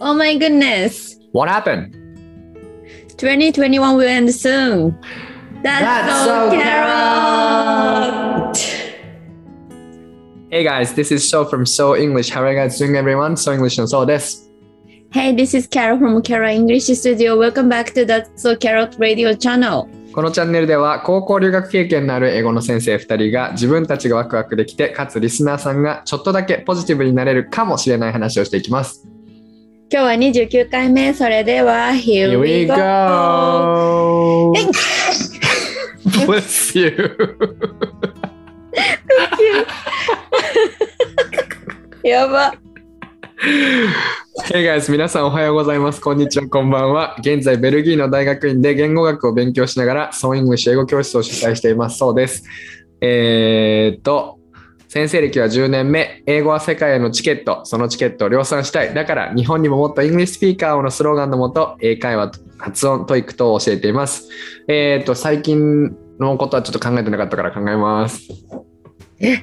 Oh my goodness. What happened? 2021 will end soon. That's, That's so, so carrot. Hey guys, this is So from So English. How are you guys doing, everyone? So English の So です。 Hey, this is Carol from Carol English Studio. Welcome back to That's So Carrot Radio Channel. このチャンネルでは高校留学経験のある英語の先生2人が自分たちがワクワクできて、かつリスナーさんがちょっとだけポジティブになれるかもしれない話をしていきます。今日は29回目、それでは Here Here we we go! go! Thank Bless you! やば。 Hey guys, 皆さんおはようございます。こんにちは、こんばんは。現在、ベルギーの大学院で言語学を勉強しながら、ソンイングリッシュ英語教室を主催しています。そうです。えー、っと、先生歴は10年目。英語は世界へのチケット。そのチケットを量産したい。だから、日本にももっとイングリッシュスピーカーをのスローガンのもと、英会話、発音、トイック等を教えています。えー、っと、最近のことはちょっと考えてなかったから考えます。 Good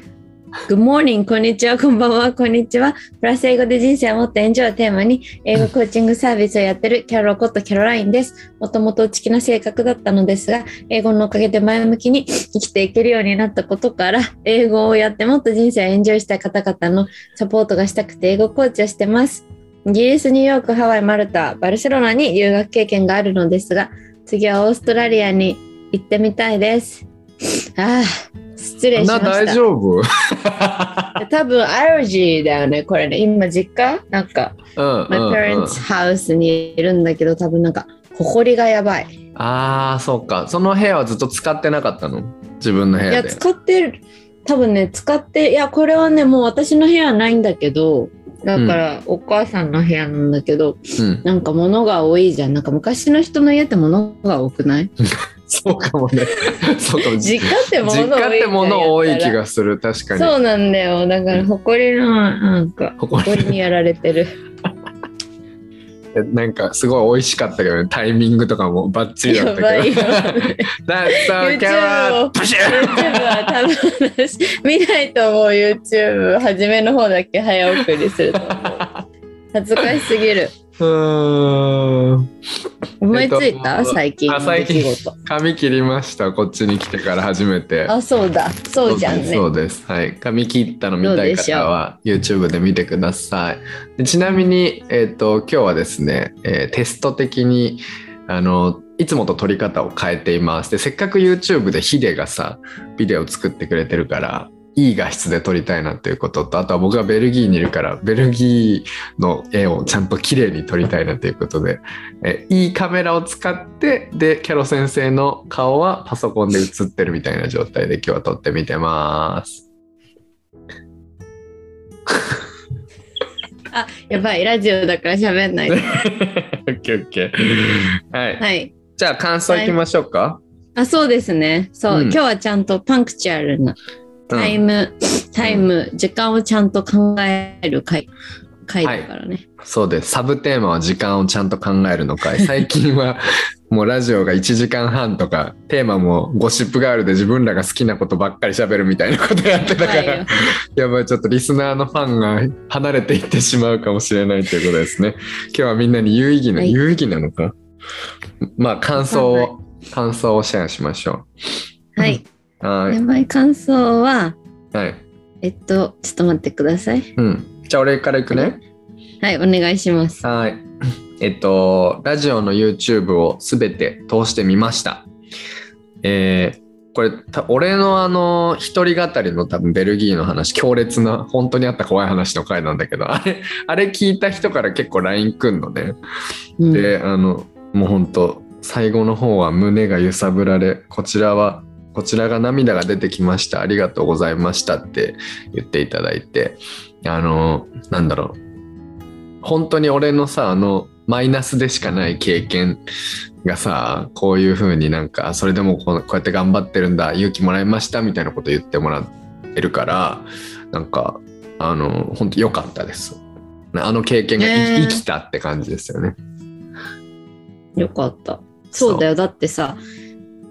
morning, こんにちは、こんばんは、こんにちは。プラス英語で人生をもっとエンジョイをテーマに、英語コーチングサービスをやってるキャロことキャロラインです。もともと内気な性格だったのですが、英語のおかげで前向きに 生きていけるようになったことから、英語をやってもっと人生をエンジョイしたい方々のサポートがしたくて英語コーチをしてます。イギリス、ニューヨーク、ハワイ、マルタ、バルセロナに留学経験があるのですが、次はオーストラリアに行ってみたいです。ああ、失礼しまな、した。大丈 夫多分アレルギーだよねこれね今実家なんかうんうん my うん parents house にいるんだけど多分なんかほこりがやばいああそうかその部屋はずっと使ってなかったの自分の部い屋やで使ってる多分ね使っていやこれはねもう私の部屋はないんだけどだからお母さんの部屋なんだけど、うん、なんか物が多いじゃんなんか昔の人の家って物が多くないそうかもね そうかも実家って物多いじゃ実ん家って物多い気やっがする確たからにそうなんだよだからほこりのなんかここほこりにやられてるなんかすごい美味しかったけどねタイミングとかもバッチリだったけどやばいよ That's so YouTube を carrot! プシュ YouTube は多分私見ないと思う YouTube 初めの方だけ早送りすると思う恥ずかしすぎ るうーん思いついた、えっと最近のあ最出近来事髪切りましたこっちに来てから初めてあそうだそうじゃんねそうです。そうですはい。髪切ったの見たい方は YouTube で見てください。でちなみに、えっ、と、今日はですね、えーテスト的に、あの、いつもと撮り方を変えています。で、せっかく YouTube でヒデがさ、ビデオ作ってくれてるから、いい画質で撮りたいなっていうことと、あとは僕がベルギーにいるから、ベルギーの絵をちゃんと綺麗に撮りたいなということで、えいいカメラを使ってでキャロ先生の顔はパソコンで写ってるみたいな状態で今日は撮ってみてます。やばいラジオだから喋んない オッケーオッケー。はい。はいじゃあ感想いきましょうか。あそうですねそう、うん今日はちゃんとパンクチュアルなうんタイム、タイム時間をちゃんと考える回回だからね、そうです。サブテーマは時間をちゃんと考えるの かい。最近はもうラジオが1時間半とか、テーマもゴシップガールで自分らが好きなことばっかり喋るみたいなことやってたかはいらよ、 やばい、ちょっとリスナーのファンが離れていってしまうかもしれないということですね。今日はみんなに有意義な、はい有意義なのかまあ、感想わかを、感想をシェアしましょはい、う。 はやい。ばい感想ははい。えっとちょっと待ってくださいうん。じゃあ、俺からいくね。はいお願いしますはい。 えっと、ラジオの YouTube をすべて通してみました。えーこれ、た俺のあの、一人語りの多分ベルギーの話、強烈な、本当にあった怖い話の回なんだけど、あれ、あれ聞いた人から結構 LINE くんのね。うんで、あの、もう本当最後の方は胸が揺さぶられ、こちらは、こちらが涙が出てきました、ありがとうございましたって言っていただいて、あの、なんだろう、本当に俺のさ、あの、マイナスでしかない経験がさ、こういう風になんか、それでもこうこうやって頑張ってるんだ、勇気もらいましたみたいなこと言ってもらってるから、なんか、あの、本当良かったです。あの経験がねえい生きたって感じですよね。よかった。そうだよ。だってさ、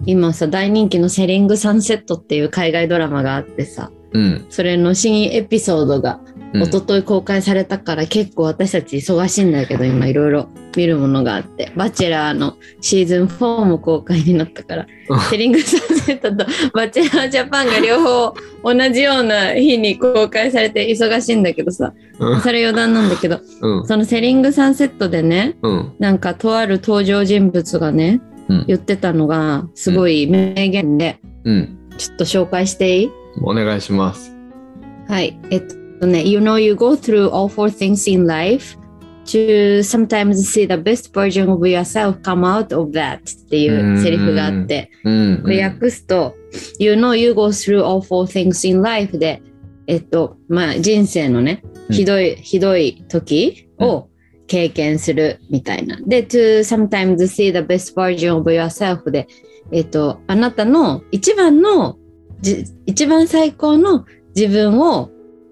今さ、大人気のセリングサンセットっていう海外ドラマがあってさ、うん。それの新エピソードがうん一昨日公開されたから結構私たち忙しいんだけど今いろいろ見るものがあって「バチェラー」のシーズン4も公開になったからうん「テリング・サンセット」と 「バチェラー・ジャパン」が両方同じような日に公開されて忙しいんだけどさうんそれ余談なんだけどうんその「セリング・サンセット」でねうんなんかとある登場人物がねうん言ってたのがすごい名言でうんちょっと紹介していいお願いしますはい。えっとね、You know you go through all four things in life to sometimes see the best version of yourself come out of that っていうセリフがあって、うんこれ訳すと、You know you go through all four things in life で、えっと、まあ人生のね、うんひどい、ひどい時を経験するみたいな。で、to sometimes see the best version of yourself で、えっと、あなたの一番の、じ一番最高の自分を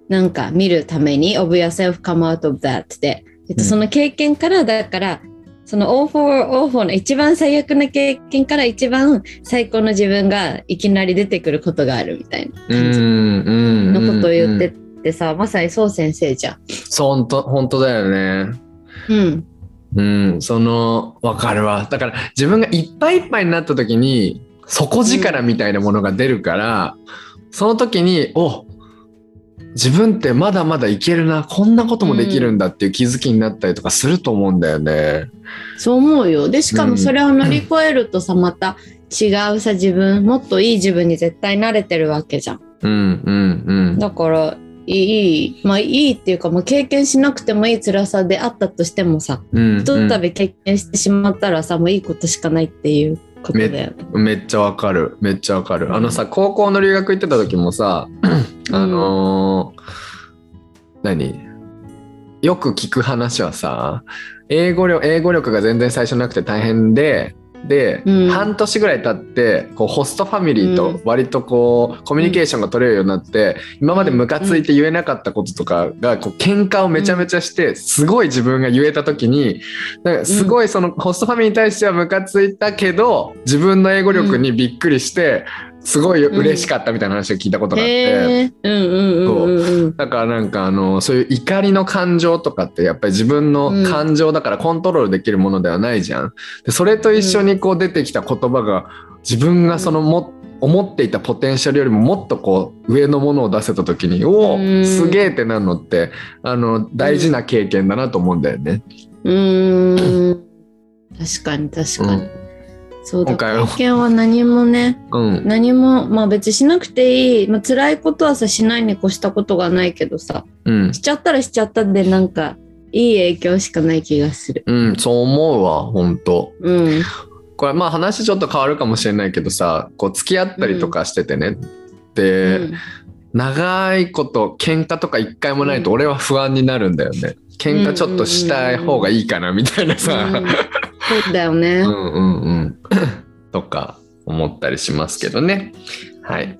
なんか見るために of yourself come out of that で、えっと、うんその経験からだからその all4 all for の一番最悪な経験から一番最高の自分がいきなり出てくることがあるみたいなうん感じうんのことを言っうてんってさ、まさにそう先生じゃん。そうほんと本当だよねうん、うん、そのわかるわだから自分がいっぱいいっぱいになった時に底力みたいなものが出るから、その時にお自分ってまだまだいけるなこんなこともできるんだっていう気づきになったりとかすると思うんだよね。そう思うよ。でしかうもんそれを乗り越えるとさまた違うさ自分もっといい自分に絶対慣れてるわけじゃん。うんうんだからいいいいまあいいっていうか、まあ、経験しなくてもいい辛さであったとしてもさうんうんひとたび経験してしまったらさ、もういいことしかないっていうことだよね。めっちゃわかるめっちゃわかる。あのさ高校の留学行ってた時もさあのー何よく聞く話はさ英語力英語力が全然最初なくて大変でで、うん半年ぐらい経ってこうホストファミリーうんと割とこうコミュニケーションが取れるようになって、今までムカついて言えなかったこととかがこう喧嘩をめちゃめちゃしてすごい自分が言えた時になんかすごいそのホストファミリーに対してはムカついたけど自分の英語力にびっくりしてすごい嬉しかったみたいな話を聞いたことがあって。へえうんうんうんうんうんだからなんかあのそういう怒りの感情とかってやっぱり自分の感情だからコントロールできるものではないじゃん。でそれと一緒にこう出てきた言葉が自分がそのも思っていたポテンシャルよりももっとこう上のものを出せた時におうおんすげえってなるのってあの大事な経験だなと思うんだよね。うーん確かに確かに、うんそうだ今回経は験は何もねうん何もまあ別にしなくていい、まあ辛いことはさしないに越したことがないけどさうんしちゃったらしちゃったでなんかいい影響しかない気がする。うん、そう思うわ本当うんこれまあ話ちょっと変わるかもしれないけどさこう付き合ったりとかしててね、で、うん長いこと喧嘩とか一回もないと俺は不安になるんだよね喧嘩ちょっとしたい方がいいかなみたいなさうんそうだよ ね。うんうんうん とか思ったりしますけどねはい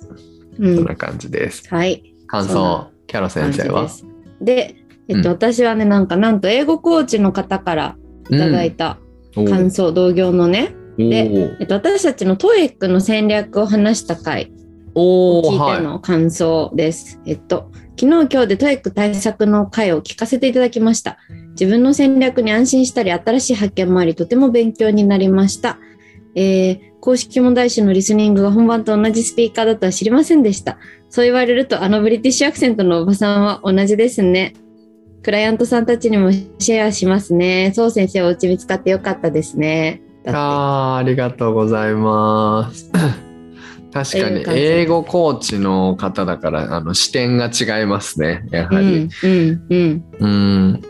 うんそんな感じですはい。感そうな想キャロ先生は感じです。で、えっと、うん私はね、なんか、なんと英語コーチの方からいただいたうん感想、同業のね、おーえっと、私たちのト e ックの戦略を話した回おをー聞いはていの感想です。えっと、昨日今日でト e ック対策の回を聞かせていただきました。自分の戦略に安心したり、新しい発見もあり、とても勉強になりました。えー公式問題集のリスニングが本番と同じスピーカーだとは知りませんでした。そう言われると、あのブリティッシュアクセントのおばさんは同じですね。クライアントさんたちにもシェアしますね。そう先生、お家見つかってよかったですね。だってあーありがとうございます 確かというに感じです英語コーチの方だからあの視点が違いますねやはり、うん、うん、うん。うん。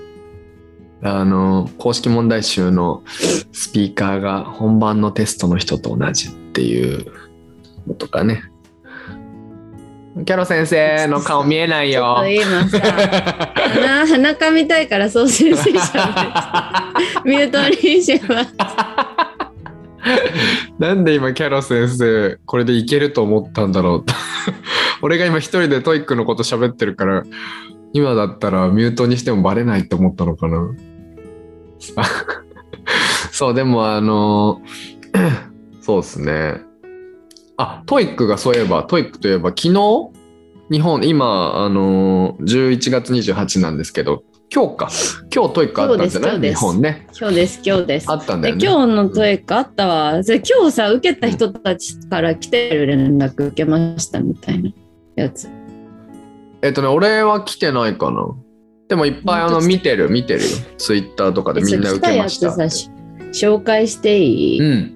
あの、公式問題集のスピーカーが本番のテストの人と同じっていうのとかね。キャロ先生の顔見えないちょっよと。今さ、鼻、鼻かみたいからそう先生じゃん。ミュートにし ます。なんで今キャロ先生これでいけると思ったんだろう 俺が今一人でトイックのこと喋ってるから今だったらミュートにしてもバレないって思ったのかな そうでもあの そうですねあトイックがそういえばトイックといえば昨日日本今あの11月28なんですけど今日か今日トイックあったんじゃなそういで日す本ね今日です今日ですあったんだでよね今日のトイックあったわそれ今日さ受けた人たちから来てる連絡受けましたみたいなやつえっとね俺は来てないかなでもいっぱいあほんのと見てる見てるよツイッターとかでみんなそう来受たけやまつしたさし紹介していい、うん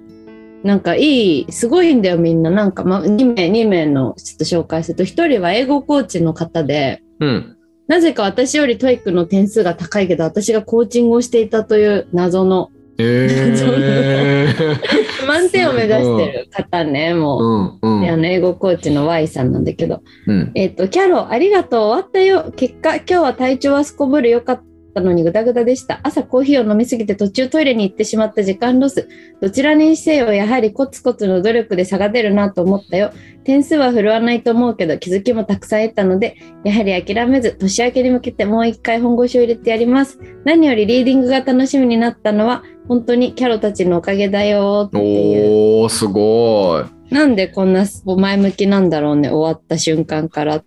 なんかいいすごいんだよみんななんか、ま、2名2名のちょっと紹介すると1人は英語コーチの方でうんなぜか私よりトイックの点数が高いけど私がコーチングをしていたという謎のえ ー、満点を目指してる方ねうもんうう、であんの英語コーチの Y さんなんだけどうんえっ、と、キャロ、ありがとう。終わったよ。結果、今日は体調はすこぶる良かったのにグダグダでした。朝コーヒーを飲みすぎて途中トイレに行ってしまった時間ロス。どちらにせよ、やはりコツコツの努力で差が出るなと思ったよ。点数は振るわないと思うけど、気づきもたくさん得たので、やはり諦めず、年明けに向けてもう一回本腰を入れてやります。何よりリーディングが楽しみになったのは、本当にキャロたちのおかげだよっていう。おーすごいなんでこんな前向きなんだろうね、終わった瞬間から。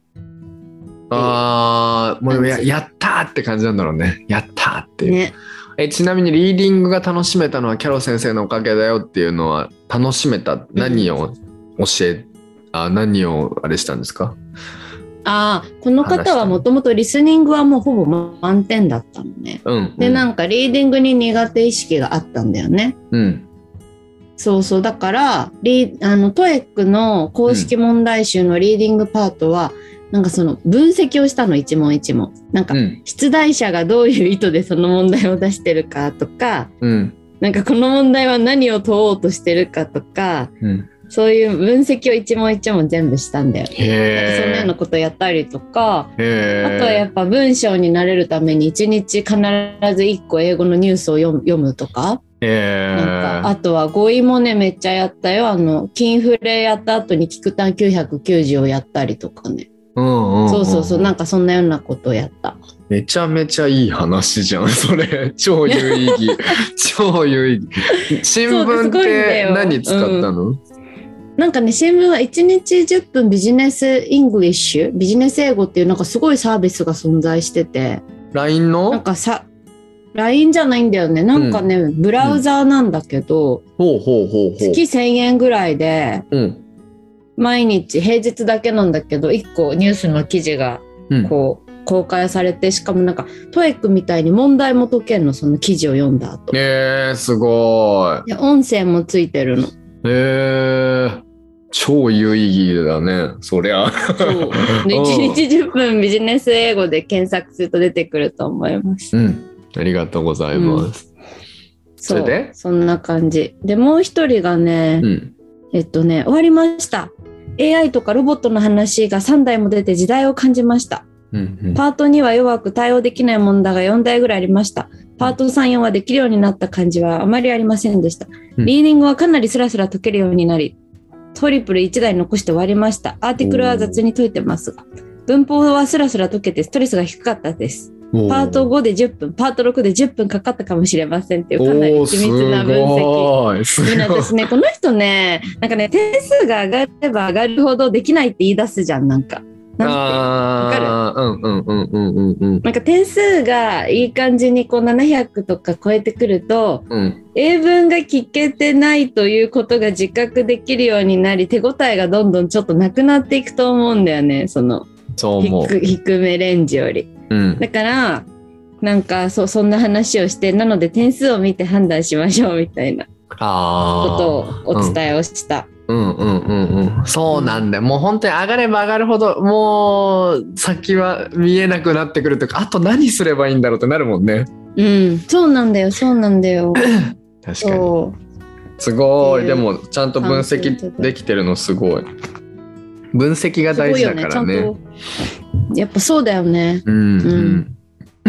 あーもうや感じやったーって感じなんだろうねやったーっていう、ね。えちなみにリーディングが楽しめたのはキャロ先生のおかげだよっていうのは楽しめた何を教え、あ何をあれしたんですかああこの方はもともとリスニングはもうほぼ満点だったのね。うんでなんんかリーディングに苦手意識があったんだよね。うんそうそうだからリあのトエックの公式問題集のリーディングパートは、なんかその分析をしたの一問一問。なんかうん出題者がどういう意図でその問題を出してるかとかうんなんかこの問題は何を問おうとしてるかとかうんそういう分析を一問一問全部したんだよ。へなんかそんなようなえことやったりとかへあとはやっぱ文章に慣れるために一日必ず1個英語のニュースを読む読むとかえなんかあとは語彙もねめっちゃやったよあの金フレやった後にキクタン990をやったりとかねうんうんんそうそうそうなんかそんなようなことをやっためちゃめちゃいい話じゃんそれ 超有意 義超有意義新そう聞すごいっんだてよ何使ったの、なんかね新聞は1日10分ビジネスイングリッシュビジネス英語っていうなんかすごいサービスが存在してて LINE なんのかさ LINE じゃないんだよねなんかね、ブラウザーなんだけど、ほうほうほうほう月1000円ぐらいでうん毎日平日だけなんだけど1個ニュースの記事がうんこう公開されてしかもなんかトエックみたいに問題も解けんのその記事を読んだ後えー、すごいで音声もついてるのえー、超有意義だね、 そりゃ。そうで うん1日10分ビジネス英語で検索すると出てくると思いますうん、ありがとうございます。そそれうでそんな感じでもう一人がね、うん、えっとね終わりました AI とかロボットの話が3台も出て時代を感じましたうん、うん、パート2は弱く対応できない問題が4題ぐらいありました。パート3、4はできるようになった感じはあまりありませんでした。うんリーディングはかなりスラスラ解けるようになり、トリプル1台残して終わりました。アーティクルは雑に解いてますが。文法はスラスラ解けてストレスが低かったです。おパート5で10分、パート6で10分かかったかもしれませんっていうかなりおー緻密な分析。すごみんい。なす私ね、この人ね、なんかね、点数が上がれば上がるほどできないって言い出すじゃん、なんか。ごない。んて ああ、うん、うん、うん、うん、うん、うん。なんか点数がいい感じにこう700とか超えてくるとうん、英文が聞けてないということが自覚できるようになり手応えがどんどんちょっとなくなっていくと思うんだよねそのそう思う。低低めレンジより。うん、だからなんかそうそんな話をしてなので点数を見て判断しましょうみたいなこああ。とをお伝えをした。うんうんうんうん、そうなんだよ、もう本当に上がれば上がるほどもう先は見えなくなってくるというかあと何すればいいんだろうってなるもんねうん、そうなんだよそうなんだよ。確かにそうすごっていいうでもちゃんと分析できてるのすごい分析がす大ごい事よだねかちゃらんねとやっぱそうだよねうんうう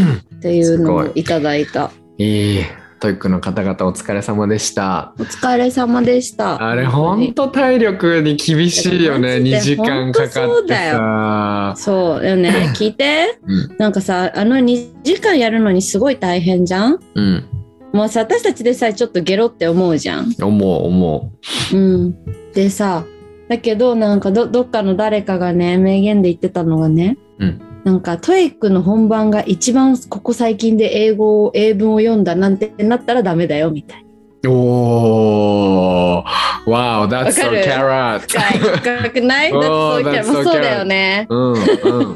んっていうのすをごいいただいた。いいトイックの方々お疲れ様でしたお疲れ様で した。あれ本当体力に厳しいよねいや2時間かほんとかそっうてだよさそうよね。 聞いて。うんなんかさ、あの2時間やるのにすごい大変じゃんうんもうさ、私たちでさえちょっとゲロって思うじゃん。思う思うん。でさ、だけどなんかどどっかの誰かがね名言で言ってたのがね、うんなんかトイックの本番が一番ここ最近で英語を英文を読んだなんてなったらダメだよみた いな。おー Wow, that's わか so る carrot! 深くないおーだってそう that's so まあそうだよね。 うんうん、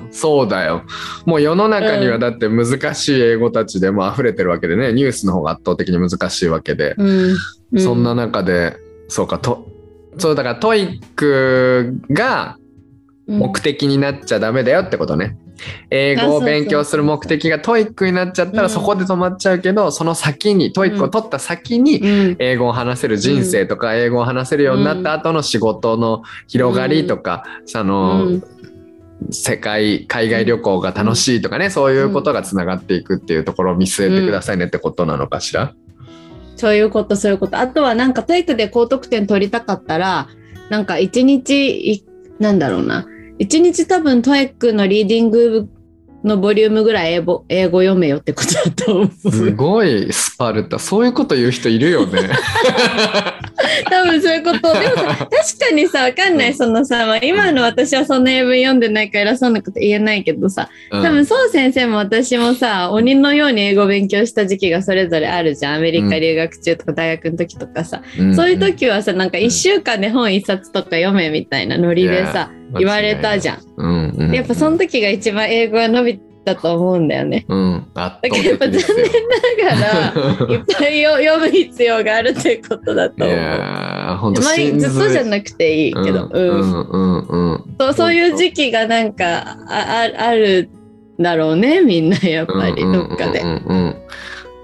そうだよ。もう世の中にはだって難しい英語たちでもう溢れてるわけでね、ニュースの方が圧倒的に難しいわけで、うんうそんな中で、そうか、と、そうだからトイックが目的になっちゃダメだよってことね。英あそ語うをそう勉強する目的がトイックになっちゃったうらんそこで止まっちゃうけど、その先に、トイックを取った先に、うん英語を話せる人生とか、英語を話せるようになった後の仕事の広がりとか、その、うん世界海外旅行が楽しいとかね、そういうことがつながっていくっていうところを見据えてくださいねってことなのかしら、そういうことそういうことあとはなんかトイックで高得点取りたかったらなんか一日いなんだろうな一日多分トイックのリーディングのボリュームぐらい英語英語読めよってことだと思すう。ごいスパルタそういうこと言う人いる よね多分そういうことでもさ 確かにさわかんなうんいそのさ、まあ今の私はそんな英文読んでないから偉そうなこと言えないけどさうん多分そう先生も私もさ鬼のように英語勉強した時期がそれぞれあるじゃんアメリカ留学中とか大学の時とかさ、んそういう時はさなんか1週間で本1冊とか読めみたいなノリでさ言われたじゃん、うんうん、やっぱその時が一番英語が伸びたと思うんだよねうん圧倒だ的からやっぱで残すよ念ながらいっぱいよ読む必要があるっていうことだと い思う。やーほんとまあ、真ずっとじゃいなくていいけど、うんうんうんうんうんそうそういう時期がなんかあああるんだろうねみんなやっぱりうんうんどっかでう。んうんうん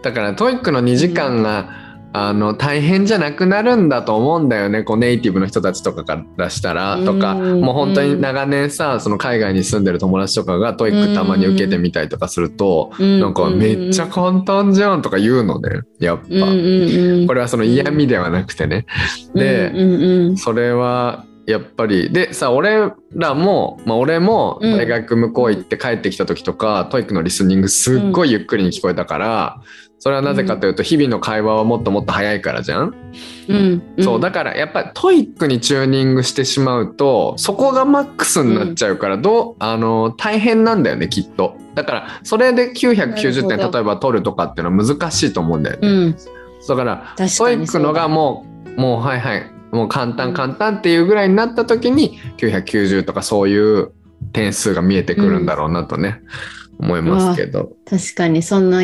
だからトイックの2時間が、あの大変じゃなくなるんだと思うんだよねこうネイティブの人たちとかからしたらとか、うんもう本当に長年さその海外に住んでる友達とかがトイックたまに受けてみたりとかすると、ななんかめっちゃ簡単じゃんとか言うのねやっぱ、ここれはその嫌味ではなくてね、で、それはやっぱりでさ俺らも、まあ、俺もうん大学向こう行って帰ってきた時とか、トイックのリスニングすっごいゆっくりに聞こえたから、それはなぜかというと日々の会話はもっともっと早いからじゃん、そうだからやっぱりトイックにチューニングしてしまうとそこがマックスになっちゃうからどうあの大変なんだよねきっとだからそれで990なる点ほど例えば取るとかっていうのは難しいと思うんだよね、うんだから確かにトイックのがもうもうはいはいもう簡単簡単っていうぐらいになった時に990とかそういう点数が見えてくるんだろうなとね、思いますけど確かにそんな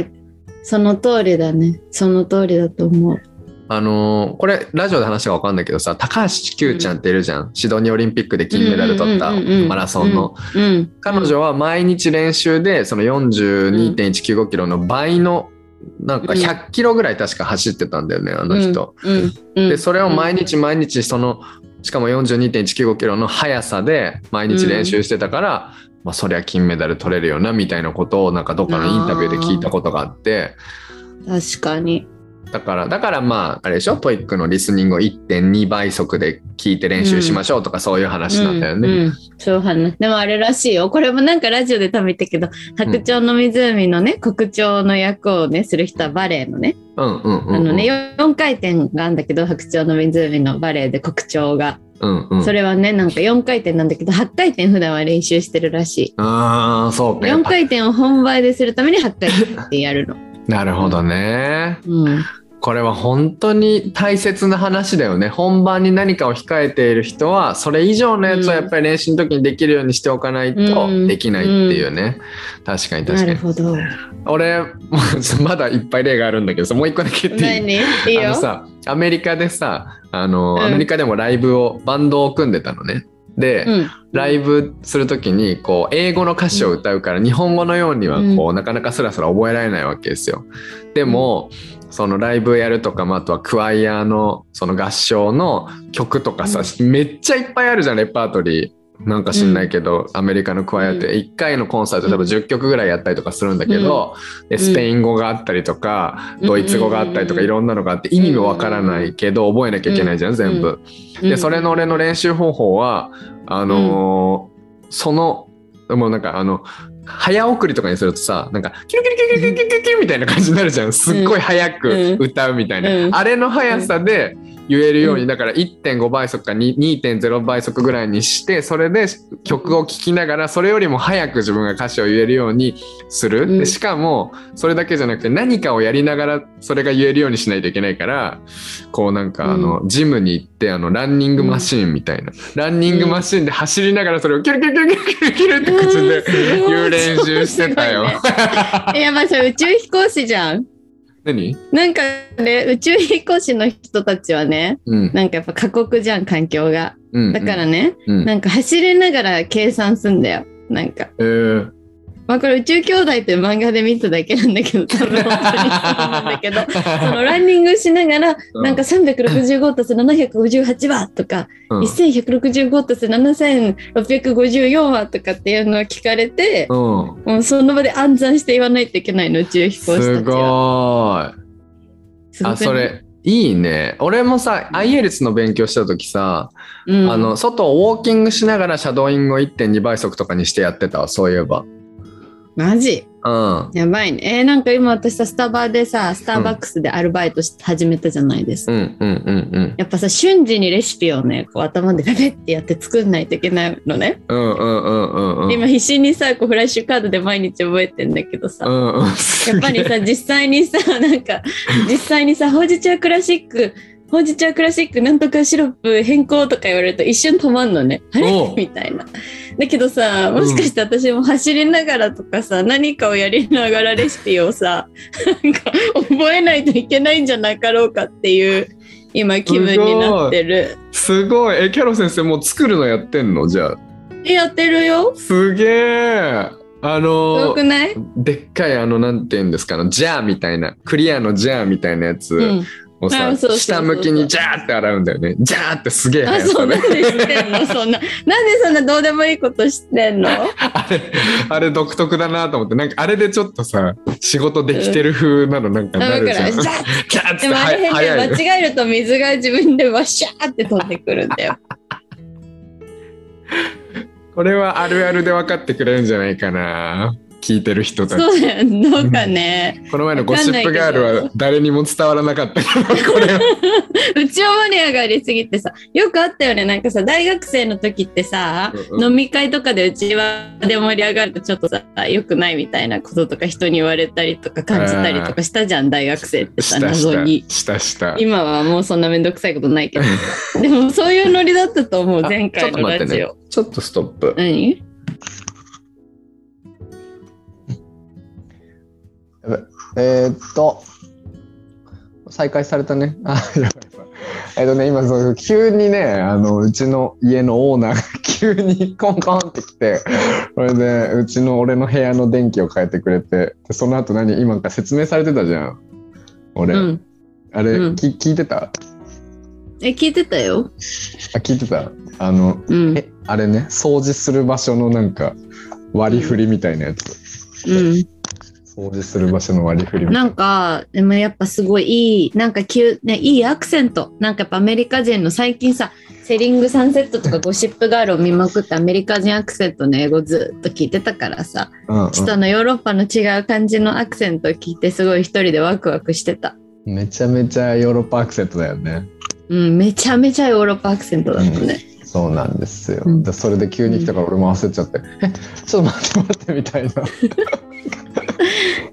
その通りだねその通りだと思う。あのーこれラジオで話したか分かんないけどさ高橋九ちゃんっているじゃん、シドニーオリンピックで金メダル取ったうんうんうんうんマラソンの、うん、彼女は毎日練習でその42.195キロの倍のなんか100キロぐらい確か走ってたんだよねあの人、うんうんでそれを毎日毎日そのしかも42.195キロの速さで毎日練習してたから、まあ、そりゃ金メダル取れるよなみたいなことをなんかどっかのインタビューで聞いたことがあって確かに。だからだからまああれでしょトイックのリスニングを1.2倍速で聞いて練習しましょうとかそういう話なんだよね。うんうんそういう話でもあれらしいよこれもなんかラジオで食べたけど白鳥の湖のね、国鳥の役をねする人はバレエのねうんうんうんうんあのね、4回転があるんだけど白鳥の湖のバレエで国鳥が、うんうんそれはねなんか4回転なんだけど8回転普段は練習してるらしああそういかやっ4ぱ回転を本倍でするために8回転ってやるの、なるほどね。うん、これは本当に大切な話だよね本番に何かを控えている人はそれ以上のやつはやっぱり練習の時にできるようにしておかないうんとできないっていうね、確かに確なかるにほど俺も うまだいっぱい例があるんだけどさもう一個だけ言っていい何いいあよのさアメリカでさあの、うんアメリカでもライブをバンドを組んでたのねで、うん、ライブする時にこう英語の歌詞を歌うから日本語のようにはこうなかなかスラスラ覚えられないわけですよ。でもそのライブやるとかまああとはクワイアのその合唱の曲とかさめっちゃいっぱいあるじゃんレパートリー。なんか知んないけど、アメリカのクワイアって1回のコンサートで多分10曲ぐらいやったりとかするんだけど、でスペイン語があったりとか、うんドイツ語があったりとかいろんなのがあって意味もわからないけど覚えなきゃいけないじゃん全部。うでんそれの俺の練習方法はあのーそのもうなんかあの早送りとかにするとさなんかキュルキュルキュルキュルキュルキュルキュルみたいな感じになるじゃんすっごい早く歌うみたいな、うんあれの速さで、言えるように、だから1.5倍速かに2.0倍速ぐらいにしてそれで曲を聴きながらそれよりも早く自分が歌詞を言えるようにすうる、んでしかもそれだけじゃなくて何かをやりながらそれが言えるようにしないといけないからこうなんかあの、ジムに行ってあのランニングマシーンみたいな、ランニングマシーンで走りながらそれをキュルキュルキュルキュルキュルキュルって口で言う練習してたよ。いやまあそれ宇宙飛行士じゃん。何なんかね宇宙飛行士の人たちはねうんなんかやっぱ過酷じゃん環境が。うんだからね、うんなんか走りながら計算すんだよ。なんか、えーまあ、これ宇宙兄弟っていう漫画で見ただけなんだけ ど、多分本当にそうなんだけど、そのランニングしながら、なんか365たす758話とか、うん1165たす7654話とかっていうのを聞かれて、うんもうその場で暗算して言わないといけないの、宇宙飛行す士たちは。ごーい。すごあ、くないそ、れ、いいね。俺もさ、IELTS の勉強した時さ、うんあの、外をウォーキングしながらシャドーイングを1.2倍速とかにしてやってたわ、そういえば。マジうん。やばいね。えーなんか今私さ、スタバでさ、スターバックスでアルバイトし始めたじゃないですかうんうんうんやっぱさ瞬時にレシピをねこう頭でペペってやって作んないといけないのね、うん。うんうんうんうんうん。で今必死にさこうフラッシュカードで毎日覚えてんだけどさ、うんうん。ややっぱりさ実際にさなんか実際にさほうじ茶クラシックほうじ茶クラシックなんとかシロップ変更とか言われると一瞬止まんのねあおれうみたいなだけどさもしかして私も走りながらとかさ何かをやりながらレシピをさ なんか覚えないといけないんじゃなかろうかっていう今気分になってる。すごい。え、キャロ先生、もう作るのやってんのじゃあ。えやってるよすげえ。あすごのくない、でっかいあのなんて言うんですかあのジャーみたいなクリアのジャーみたいなやつ、うん、をさあそうそうそう下向きにジャーって洗うんだよねジャーってすげえあ速そうさなでんでしてんのそんななんでそんなどうでもいいことしてんのあれあれ独特だなと思ってなんかあれでちょっとさ仕事できてる風なのなんかあなだるかじゃんら ジャじーゃあッつでってもあれは変速でい間違えると水が自分でワシャーって飛んでくるんだ よこれはあるあるで分かってくれるんじゃないかな聞いてる人たちそうだよどうかねこの前のゴシップガールは誰にも伝わらなかったけどこれはうちはマニアがありすぎてさよくあったよねなんかさ大学生の時ってさうんうん飲み会とかでうちはで盛り上がるとちょっとさ良くないみたいなこととか人に言われたりとか感じたりとかしたじゃん大学生ってさした謎にしたしたした今はもうそんなめんどくさいことないけ どでもそういうノリだったと思うあ前ちょ回っとの待ってラジねオ、ちょっとストップ何えーっと、再開されたね。あ、やばいやばいえーっとね、今その、急にね、あの、うちの家のオーナーが 急にコンコンってきて、それで、うちの俺の部屋の電気を変えてくれて、でその後何、今か説明されてたじゃん。俺、うんあれ、うんき聞いてたえ聞いてたよあ、聞いてたあの、うんえ、あれね、掃除する場所のなんか、割り振りみたいなやつ。う掃除する場所の割り振りみん、たいな。なんかでもやっぱすごいいいなんか急、ね、いいアクセントなんかやっぱアメリカ人の最近さセリングサンセットとかゴシップガールを見まくってアメリカ人アクセントの英語ずっと聞いてたからさうんうんちょっとあのヨーロッパの違う感じのアクセントを聞いてすごい一人でワクワクしてた、めちゃめちゃヨーロッパアクセントだよね。うん、めちゃめちゃヨーロッパアクセントだったね、そうなんですよ。うんでそれで急に来たから俺も焦っちゃって、えちょっと待って待って みたいな。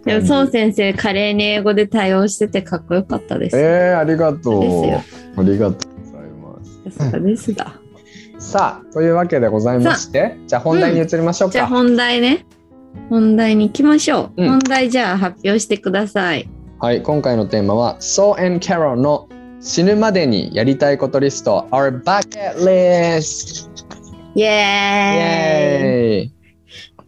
でも孫先生華麗に英語で対応しててかっこよかったです。えー、ありがとでう。ありがとうございます。さすがですが。さあというわけでございましてじゃあ本題に移りましょうじゃあか。本題ね。本題に行きましょう。うん本題じゃあ発表してください。はい今回のテーマは「So and Carol の死ぬまでにやりたいことリスト Our Bucket List」。イエーイイエーイ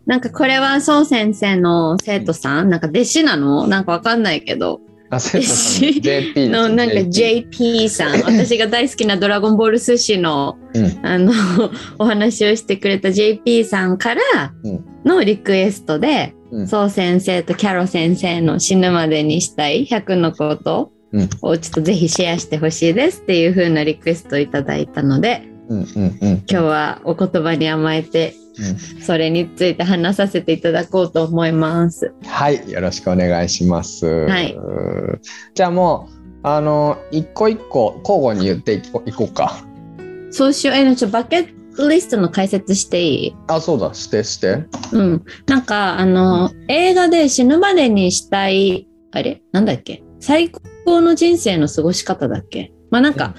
なんかこれは宋先生の生徒さんなんか弟子なのなんかわかんないけど。あ生徒さん JP のなんか JP さん。私が大好きなドラゴンボール寿司のうんあの お話をしてくれた JP さんからうんのリクエストで、うんそう先生とキャロ先生の死ぬまでにしたい100のことうんをちょっとぜひシェアしてほしいですっていう風なリクエストをいただいたのでうんうんうん今日はお言葉に甘えてうんそれについて話させていただこうと思います。はい、よろしくお願いします。はいじゃあもうあの一個一個交互に言っていこいこうかそうしよう。え、ちょ、バケットリストの解説していいあそうだしてしてうん。なんか、あの、映画で死ぬまでにしたい、あれなんだっけ最高の人生の過ごし方だっけまあなんか、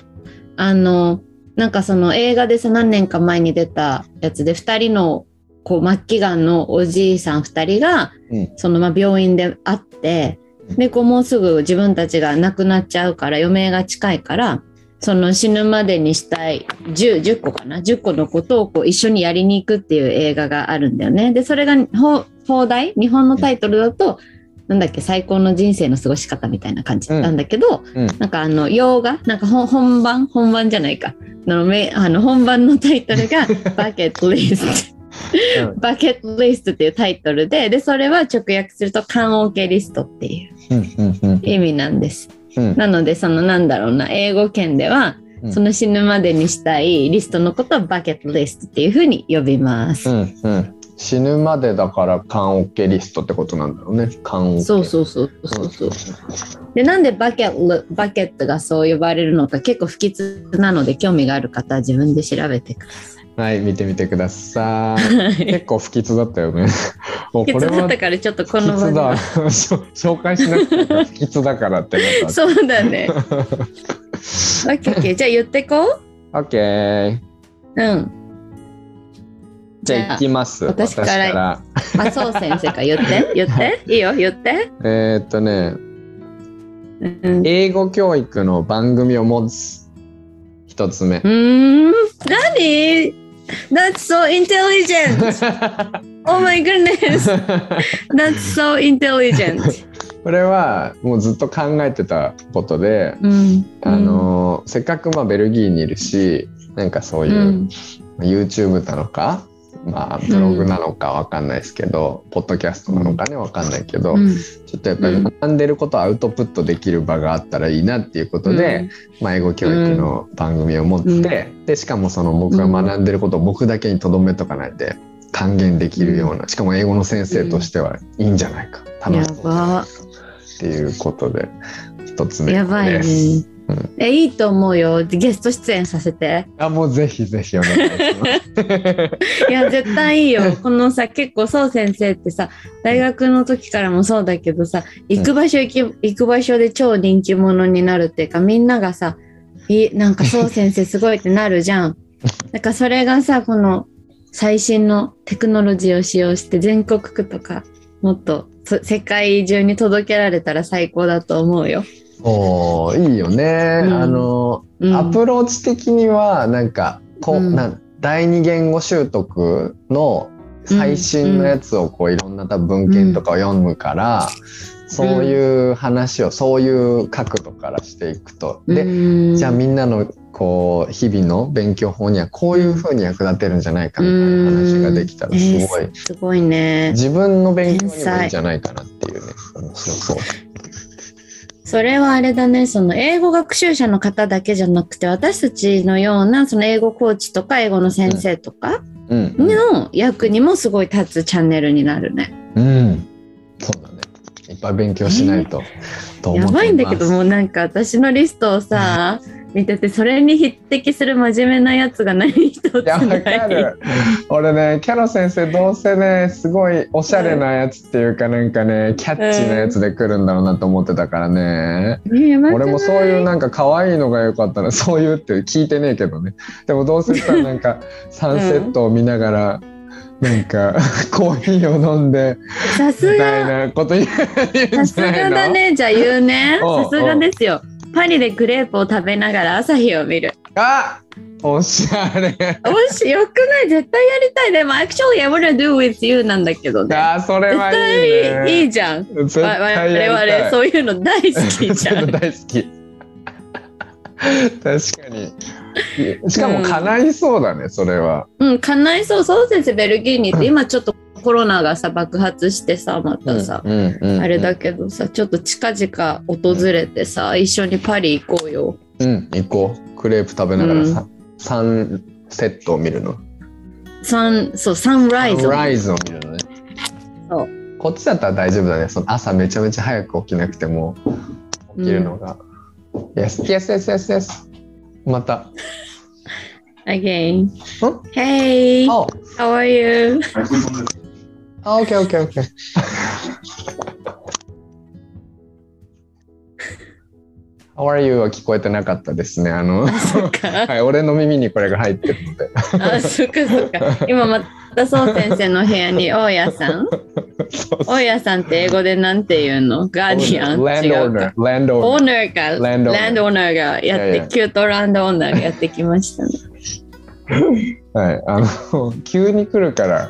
あの、なんかその映画でさ、何年か前に出たやつで、二人の、こう、末期がんのおじいさん二人が、うんその、まあ病院で会って、で、こう、もうすぐ自分たちが亡くなっちゃうから、余命が近いから、その死ぬまでにしたい10、10個かな ?10 個のことをこう一緒にやりに行くっていう映画があるんだよね。で、それがほ放題日本のタイトルだと、なんだっけ、最高の人生の過ごし方みたいな感じなんだけど、うんなんかあの、洋画なんか本本番本番じゃないか。あのめあの本番のタイトル が、バケットリスト。バケットリストっていうタイトルで、で、それは直訳すると、棺桶リストっていううんうんうん意味なんです。うんなのでそのなんだろうな英語圏では、うんその死ぬまでにしたいリストのことをバケットリストっていうふうに呼びます。うんうん死ぬまでだから缶オケリストってことなんだろうね缶オケそううそうそうそうそう。でなんでバケットバケットがそう呼ばれるのか結構不吉なので興味がある方は自分で調べ てくださはい見てみてくださ いい。結構不吉だっ たよねもう不こ吉れだはったからちょっとこの場不吉でだ は紹介しなくても不吉だからってなったそうだ ね。オッケーオッケーじゃあ言ってこう。 オッケーうん。じゃあ行きます私かららあそう先生か言っ て言っていいよ言って。えーっとねうん。う英語教育の番組を持つ一つ 目ーん何 ?That's so intelligent! Oh my goodness! That's so intelligent! これはもうずっと考えてたことで、うんあ、のせっかくまあベルギーにいるしなんかそうういう、ん、 YouTube なのか、まあ、ブログなのかわかんないですけど、ポッドキャストなのかねわかんないけど、うんちょっとやっぱりうん学んでることをアウトプットできる場があったらいいなっていうことで、、まあ、英語教育の番組を持って、でしかもその僕が学んでることを僕だけにとどめとかないで還元できるようなしかも英語の先生としてはいいんじゃないか、うん、や楽しそうだなばっていうことで一つ目やばいでねす。うん。えいいと思うよゲスト出演させて。あもうぜひぜひお願いします。 いや絶対いいよこのさ結構そう先生ってさ大学の時からもそうだけどさ行く場所行き、行く場所で超人気者になるっていうかみんながさいなんかそう先生すごいってなるじゃん。 だからそれがさこの最新のテクノロジーを使用して全国区とかもっとそ世界中に届けられたら最高だと思うよ。おーいいよね、うんあのうん、アプローチ的にはなんかこう、うんなん第二言語習得の最新のやつをこういろんな多分文献とかを読むから、そういう話をそういう角度からしていくと、ででじゃあみんなのこう日々の勉強法にはこういうふうに役立てるんじゃないかみたいな話ができたらすごい、すごいね。自分の勉強にもいいんじゃないかなっていうね面白そう。それはあれだね、その英語学習者の方だけじゃなくて、私たちのような、その英語コーチとか、英語の先生とかうんの役にもすごい立つチャンネルになるね。うん、そうだね。いっぱい勉強しないと。と思 やってばいんだまけすど、もうなんか私のリストをさ、見てて、それに匹敵する真面目なやつが何一ついやなわい。かる俺ねキャロ先生どうせねすごいおしゃれなやつっていうかなんかねキャッチーなやつで来るんだろうなと思ってたからね、 ねやばくない俺もそういうなんか可愛いのが良かったらそういうって聞いてねえけどねでもどうせさなんかサンセットを見ながら、なんかコーヒーを飲んでさみすたいが、なこと言う言うさんすじゃないのがだね。じゃあ言うね。おうおうさすがですよ。パリでクレープを食べながら朝日を見る。あおしゃれもしよくない絶対やりたいでも actually I wanna do with you なんだけどねあーそれ絶はいいね対いいじゃん絶わ対わやりたい我々そういうの大好きじゃん そういうの大好き確かにしかも叶いそうだね、それはうん叶いそうそう先生ベルギーに行って今ちょっとコロナがさ爆発してさまたさ、うんうんうんあれだけどさちょっと近々訪れてさ一緒にパリ行こうようん行こうクレープ食べながらさ、サンセットを見るのサンそうサンライズサンライズを見るのねそこっちだったら大丈夫だねその朝めちゃめちゃ早く起きなくても起きるのが、 Yes, yes, yes, yes, yes. また。 Again. ん Hey, Oh, how are you? oh, okay, okay, okay. How are you? は聞こえてなかったですね。あの、あ、そっか。はい、俺の耳にこれが入ってるので。あ、そっかそ っか。今またそう先生の部屋に大家さん。そう大家さんって英語でなんて言うのガーディアン Land 違うか owner, land オ owner. ーナーが、ラランンドドオオーナーーナーがやって、いやいやキュートランドオーナーがやってきましたね。はい、あの、急に来るから、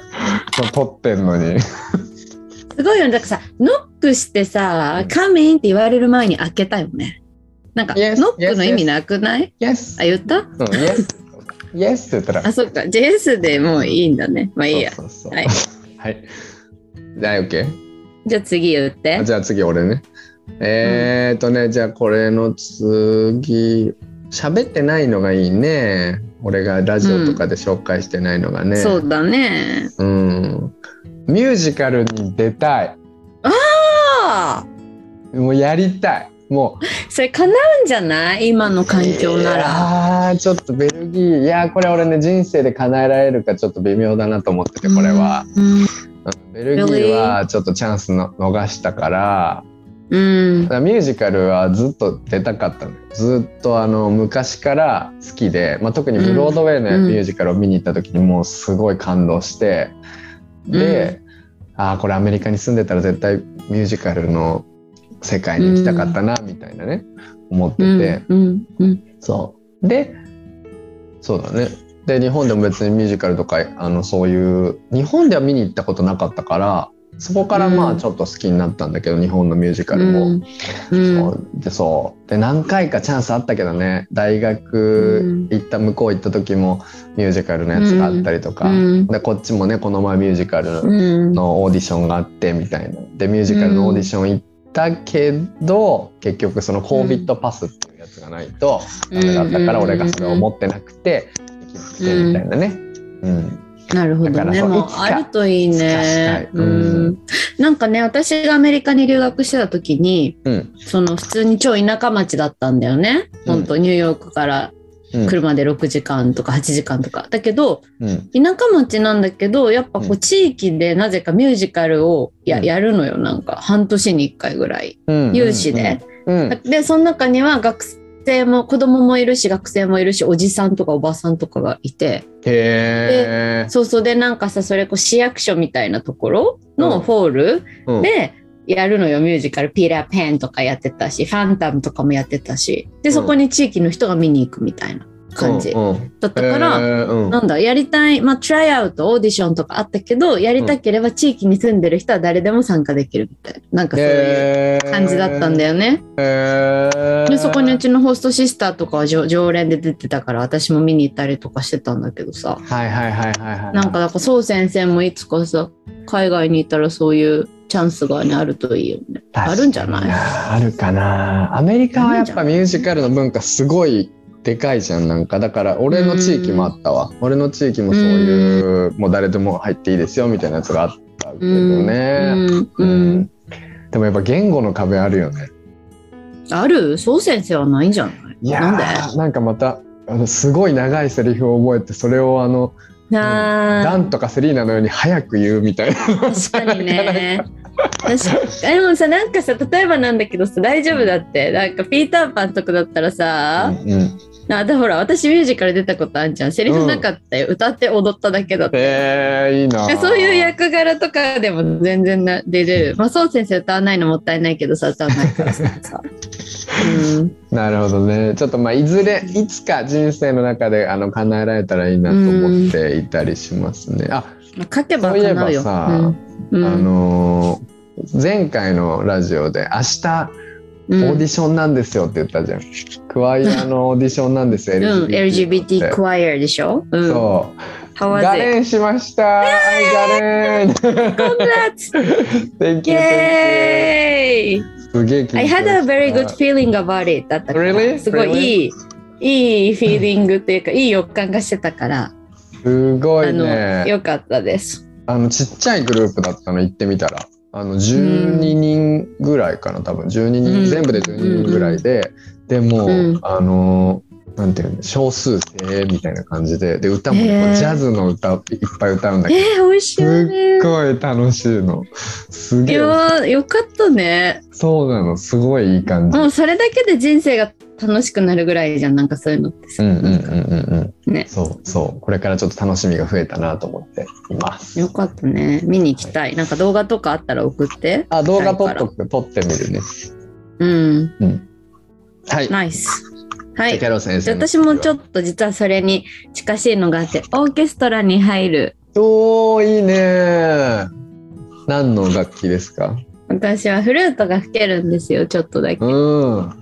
撮ってんのに。すごいよね。だからさ、ノックしてさ、カミンって言われる前に開けたよね。なんか、 Yes, ノックの yes, 意味なくない Yes! あ、言ったうん Yes! Yes! って言ったらあ、、そっか。JS でもういいんだね。まあいいや。そうそうそうはい。はい。はい、OK。じゃあ次言ってあ。じゃあ次俺ね。えー、っとね、じゃあこれの次。喋ってないのがいいね。俺がラジオとかで紹介してないのがね。そうだね。うん。ミュージカルに出たい。ああもうやりたい。もう。それ叶うんじゃない今の環境なら。ら。あーちょっとベルギー。いやー、これ俺ね、人生で叶えられるかちょっと微妙だなと思ってて、これは。うん。ベルギーはちょっとチャンスの逃したから、うん。だからミュージカルはずっと出たかったのよずっとあの昔から好きで、まあ、特にブロードウェイのうんミュージカルを見に行った時にもうすごい感動して、で、ああこれアメリカに住んでたら絶対ミュージカルの世界に行きたかったなみたいなね、思ってうて、ん。うん。うん。そうでそうだねで日本でも別にミュージカルとかあのそういう日本では見に行ったことなかったからそこからまうあんちょっと好きになったんだけど、日本のミュージカうルも。ん。うん。でそうで何回かチャンスあったけどね大学行った向こう行った時もミュージカルのやつがあったりとか、うんでこっちもねこの前ミュージカルうん。のオーディションがあってみたいなでミュージカルのオーディション行ったけど、結局その COVID パスっていうやつがないとダメだったからうん俺がそれを持ってなくてできなくてみたいなね。うんなるほどだからね。そうもういつかあるといいいつかしたねい。うん。なんかね、私がアメリカに留学してた時に、うんその普通に超田舎町だったんだよね。うん本当ニューヨークからうん車で6時間とか8時間とか。だけど、うん田舎町なんだけど、やっぱこうう地域でなぜかミュージカルをや,、うんやるのよ。なんか半年に1回ぐらい。うん有志で。うんで、その中には学生も子供もいるし、学生もいるし、おじさんとかおばさんとかがいて。へーそうそうでなんかさそれこう市役所みたいなところうのんホールうんでやるのよミュージカル「ピーラー・ペン」とかやってたし「ファンタム」とかもやってたしでうんそこに地域の人が見に行くみたいな感じうんうんだったから、へーうんなんだやりたいまあトライアウトオーディションとかあったけどやりたければ地域に住んでる人は誰でも参加できるみたいななんかそういう感じだったんだよ。よね。へーでそこにうちのホストシスターとかは常常連で出てたから私も見に行ったりとかしてたんだけどさ。はいはいはいはいはい。なんか、だから、そう先生もいつかさ、海外にいたらそういうチャンスがね、あるといいよね。確かにあるんじゃないあるかな。アメリカはやっぱミュージカルの文化すごいでかいじゃん。なんかだから俺の地域もあったわ。俺の地域もそういうもう誰でも入っていいですよみたいなやつがあったけどうね。ん、うん。でもやっぱ言語の壁あるよね。あるそう先生はないんじゃないいやなーんでなんかまたあのすごい長いセリフを覚えてそれをあのななあ、んとかセリーナのように早く言うみたいな。確かにね。確かに。でもさ、なんかさ、例えばなんだけどさ、大丈夫だって。なんか、ピーターパンとかだったらうさ、んうんあだほら、私ミュージカル出たことあるじゃん。セリフなかったよ。歌って踊っただけだったよ。えー、いいなでー。そういう役柄とかでも全然な出れる。まあ、そう先生歌わないのもったいないけどさ、歌わない からさ。さうん、なるほどね。ちょっとまあいずれいつか人生の中であの叶えられたらいいなと思っていたりしますね。あ、まあ書けばそういえ叶うばよ。さうん、あのー前回のラジオで明日うオん、ーディションなんですよって言ったじゃん。クワイアのオーディションなんですよ。うん、LGBT イクワイアでしょ、うん、そう。ハワガゼ。レンしました。はい、ガレン。 Congrats! Thank you, thank Yay! you. すげえ緊張した I had a very good feeling about it だったから、 Really? すごいいい、いいフィーリングっていうか、いい予感がしてたから、すごあいの、ね。よかったです。あのちっちゃいグループだったの行ってみたら。あの12人ぐらいかな多分12人、うん全部で12人ぐらいで、でもう、うんあのなんていうの少数精鋭みたいな感じでで歌もね、へージャズの歌いっぱい歌うんだえけどー、美味しいよすねっ。ごい楽しいのすいげえやーよかったね。そうなのすごいいい感じ、もうそれだけで人生が楽しくなるぐらいじゃん、なんかそういうのってうさ。んうんうんうんうん、ねそうそうこれからちょっと楽しみが増えたなと思っていますよかったね。見に行きたい。なんか動画とかあったら送って。あ動画撮っとく撮ってみるねうん。はいナイス。はい。キャロ先じ生ゃあ私もちょっっと実はそれに近しいのがあって、オーケストラに入る。とおーいいねー何の楽器ですか私はフルートが吹けるんですよ、ちょっとだけ。うん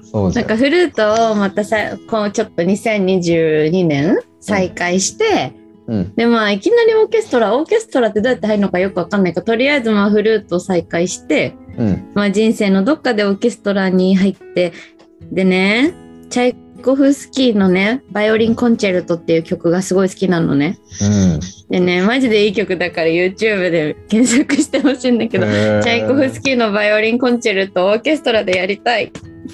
そうじなゃんかフルートをまたさ、こうちょっと2022年再開して、うんでまあいきなりオーケストラオーケストラってどうやって入るのかよくわかんないからとりあえずまあフルートを再開して、うんまあ、人生のどっかでオーケストラに入ってでねチャイコフスキーのね「バイオリンコンチェルト」っていう曲がすごい好きなのねうんでねマジでいい曲だから YouTube で検索してほしいんだけど、えーチャイコフスキーの「バイオリンコンチェルト」オーケストラでやりたい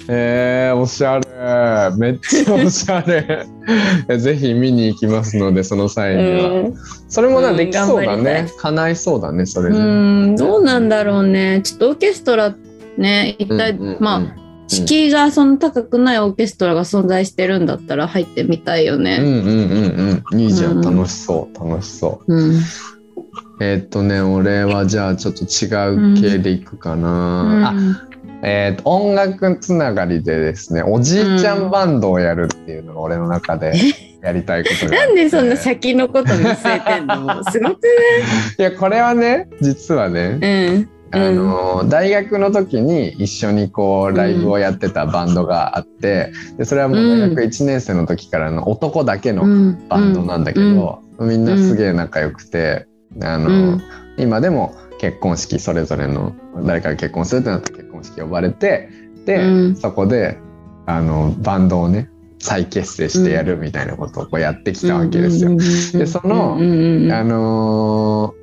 えー、おしゃれめっちゃおしゃれ えぜひ見に行きますのでその際うには、んそれもなうんできそう頑張だりね叶いそうだねそれねうんどうなんだろうねちょっとオーケストラね一体、うんうんうんまあ敷居がその高くないオーケストラが存在してるんだったら入ってみたいようんね。うんうんうんいいじゃん、うん楽しそう楽しそうん。うえーっとね俺はじゃあちょっと違う系でいくかな、うんあえーっと音楽つながりでですねおじいちゃんバンドをやるっていうのが俺の中でやりたいことがあなってんでそんな先のこと見据えてん のすごくいやこれはね実はね、ね。うんあのー大学の時に一緒にこうライブをやってたバンドがあって、でそれはもう大学1年生の時からの男だけのうん。バンドなんだけど、みんなすげえ仲良くて、あの、うん今でも結婚式それぞれの誰かが結婚するってなったら結婚式呼ばれてで、うんそこであのバンドをね再結成してやるみたいなことをこうやってきたわけですよ。うんうんうんうん。でそのうんうんうんあの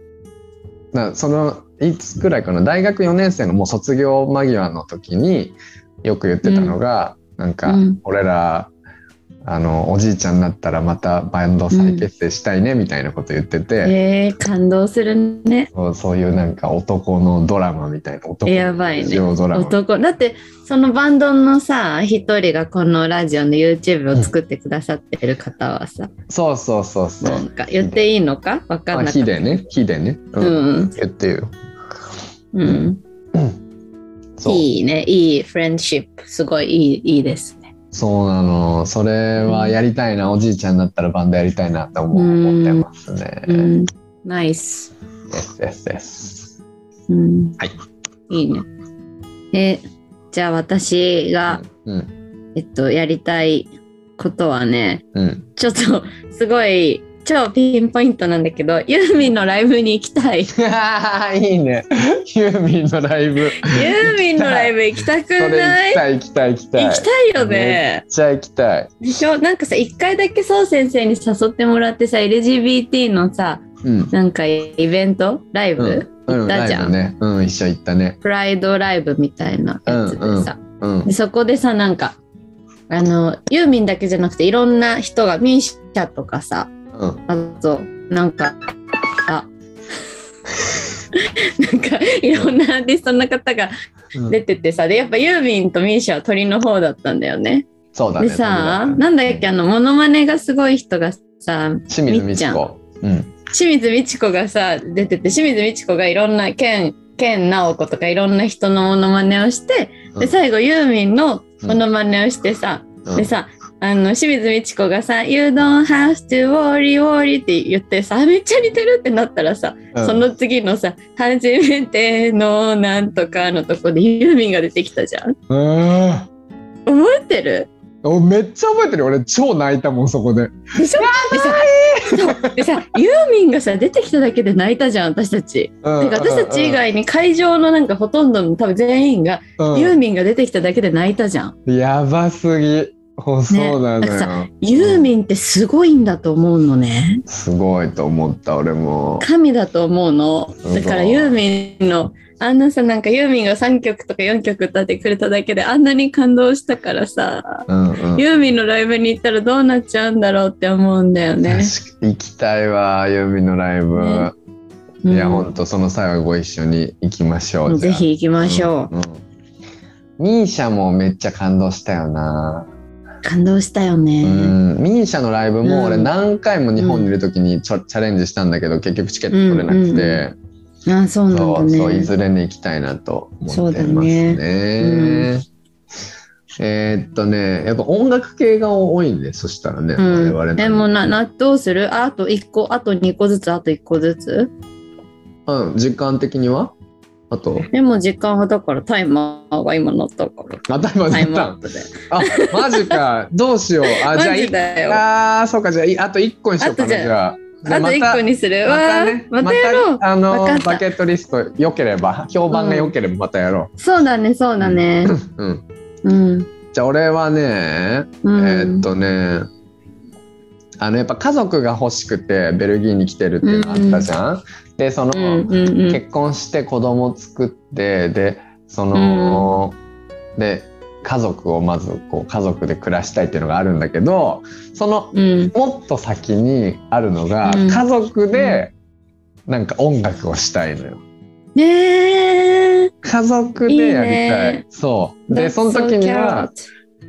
ーなそのいつくらいかな大学4年生のもう卒業間際の時によく言ってたのが、なんか、うん俺らあのおじいちゃんになったらまたバンド再結成したいねみたいなこと言ってて、えー感動するね。そうそういうなんか男のドラマみたいな男のやばいねラジオドラマ男だってそのバンドのさ一人がこのラジオの YouTube を作ってくださってる方はさ、そうそうそうそなうんか言っていいのかわかあんなか火っでた。ね火でねう、うんん言ってようん。そういいねいいフレンドシップすごいいいいいですね。そうなのそれはやりたいな、おじいちゃんになったらバンドやりたいなと思ううん思ってますね、う yes ん、ナイス。 yes yes うんはい。いいね。え、じゃあ私が、うんえっと、やりたいことはね、うん ちょっと、 すごい、超ピンポイントなんだけど、ユーミンのライブに行きたい。いいねユーミンのライブユーミンのライブ行きたくそれな行きいたい行きたい行きたい行きたいよめねっ。ちゃ行きたい。でしょなんかさ、一回だけそう先生に誘ってもらってさ、LGBT のさ、うん。なんかイベントライブ、うん、行ったじゃんライブね。うん、一緒行ったね。プライドライブみたいなやつでさ、うんうんうんで。そこでさなんかあのユーミンだけじゃなくていろんな人がミーシャとかさうん。あとなんかあ なんかいろんなアーティストの方がうん出ててさでやっぱユーミンとミーシャは鳥の方だったんだよね。そうだね。でさそうなんだっけあのモノマネがすごい人がさ清水美智子。うん。清水美智子がさ出てて清水美智子がいろんな剣剣直子とかいろんな人のモノマネをしてうでん最後ユーミンのモノマネをしてさ、でさあの清水美智子がさ「You don't have to worry worry」って言ってさめっちゃ似てるってなったらさ、うんその次のさ「初めてのなんとか」のとこでユーミンが出てきたじゃんうん。覚えてるおめっちゃ覚えてる俺超泣いたもんそこででしょでさそうでさユーミンがさ出てきただけで泣いたじゃん私たち。うんてか私たち以外に会場のなんかほとんどの多分全員がうんユーミンが出てきただけで泣いたじゃん。やばすぎそうそうななのんよ、ユーミンってすごいんだと思うのね。すごいと思った俺も神だと思うのすご。いだからユーミンの、あんなさ、なんかユーミンが3曲とか4曲歌ってくれただけであんなに感動したからさ、うんうんユーミンのライブに行ったらどうなっちゃうんだろうって思うんだよね。確かに行きたいわユーミンのライブ、ねいやうんほんとその際はご一緒に行きましょうぜひ行きましょう。う、うんうんミーシャもめっちゃ感動したよな、感動したよね。うん、ミーシャのライブも俺うん何回も日本にいる時にちょチャレンジしたんだけど結局チケット取れなくて、あそうなんそだうね。そういずれに行きたいなと思ってますねそうだねえーっとねやっぱ音楽系が多いんでそしたらね、我々うのん、でもななどうするああと1個あと2個ずつあと1個ずつうん、時間的にはあとでも時間はだからタイマーが今鳴ったから頭タだイっムアたップであマジかどうしようあじ ゃマあいジだよああーそうかじゃあいあと1個にしようかあとなじゃあじゃあじゃあとま1た個にするまたわねーまたやろうあのわかったバケットリスト良ければ評判が良ければまたやろそうだねそうだねう、うん、うんじゃあ俺はねうんえーっとねあのやっぱ家族が欲しくてベルギーに来てるっていうのあったじゃん。でその、うんうんうん結婚して子供作ってでその、で家族をまずこう家族で暮らしたいっていうのがあるんだけどそのうんもっと先にあるのが、うん家族でなんか音楽をしたいのよ。ねえ家族でやりたいいいねそうでその時には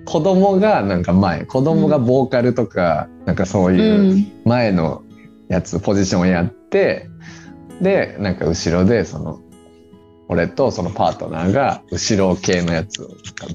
子供がなんか前子供がボーカルとか、なんかそうういうん前のやつポジションをやってでなんか後ろでその俺とそのパートナーが後ろ系のやつを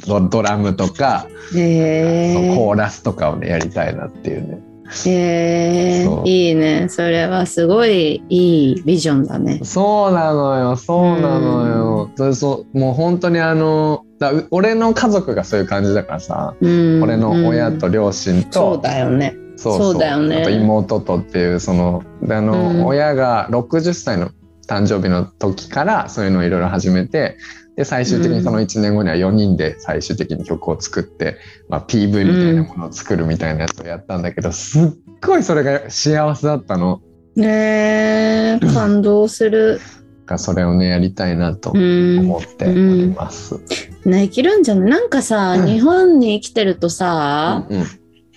ドドラムとか、へそのえコーラスとかをねやりたいなっていうねへえそういいねそれはすごいいいビジョンだねそうなのよそうなのよ、それそうもう本当にあのだう俺の家族がそういう感じだからさ、うん俺の親と両親と、そうだよねそうそうだよねあと妹とっていうそのであの、うん親が60歳の誕生日の時からそういうのをいろいろ始めてで最終的にその1年後には4人で最終的に曲を作って、まあ、PV みたいなものを作るみたいなやつをやったんだけど、すっごいそれが幸せだったのねえ感動する。がそれをねやりたいなとうん。思っております。うんねいけるんじゃないなんかさ、うん日本に生きてるとさ、うん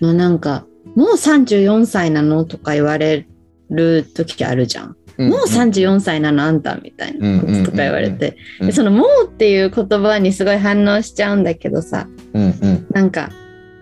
もうなんか、もう34歳なのとか言われる時あるじゃん。うんもう34歳なのあんたみたいなこととか言われて。うんうんうんうんでそのもうっていう言葉にすごい反応しちゃうんだけどさ、うんうんなんか、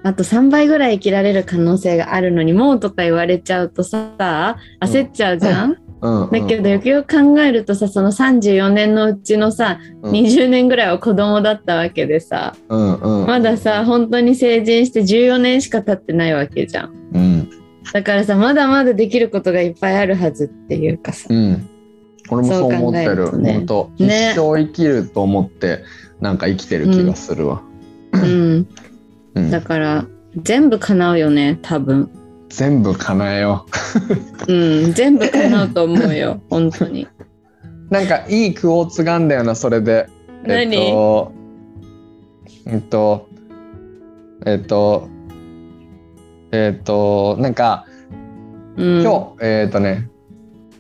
あと3倍ぐらい生きられる可能性があるのにもうとか言われちゃうとさ焦っちゃうじゃん、うんうんだけどよくよく考えるとさその34年のうちのさ、うん20年ぐらいは子供だったわけでさうんうんまださ本当に成人して14年しか経ってないわけじゃんうんだからさまだまだできることがいっぱいあるはずっていうかさうん、俺もそう思ってそう考えるるとね本当一ね生生きると思ってなんか生きてる気がするわ、うんうんだから全部叶うよね多分全部叶えようん全部叶うと思う よ本当にう なんかいいクォーツがあんだよなそれで何えっとえっとえっとえっとなんかうん今日、えっとね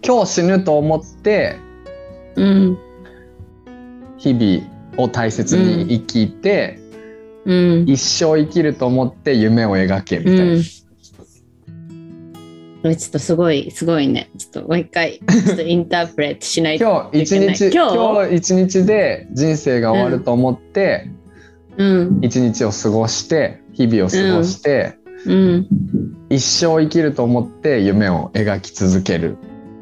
今日死ぬと思ってうん日々を大切に生きて、うん一生生きると思って夢を描けみたいな、うん。これちょっとすごい、すごいね。ちょっともう一回、ちょっとインタープレートしないと。今日一日今日今日一日で人生が終わると思ってうん、一日を過ごして日々を過ごして、うん。一生生きると思って夢を描き続ける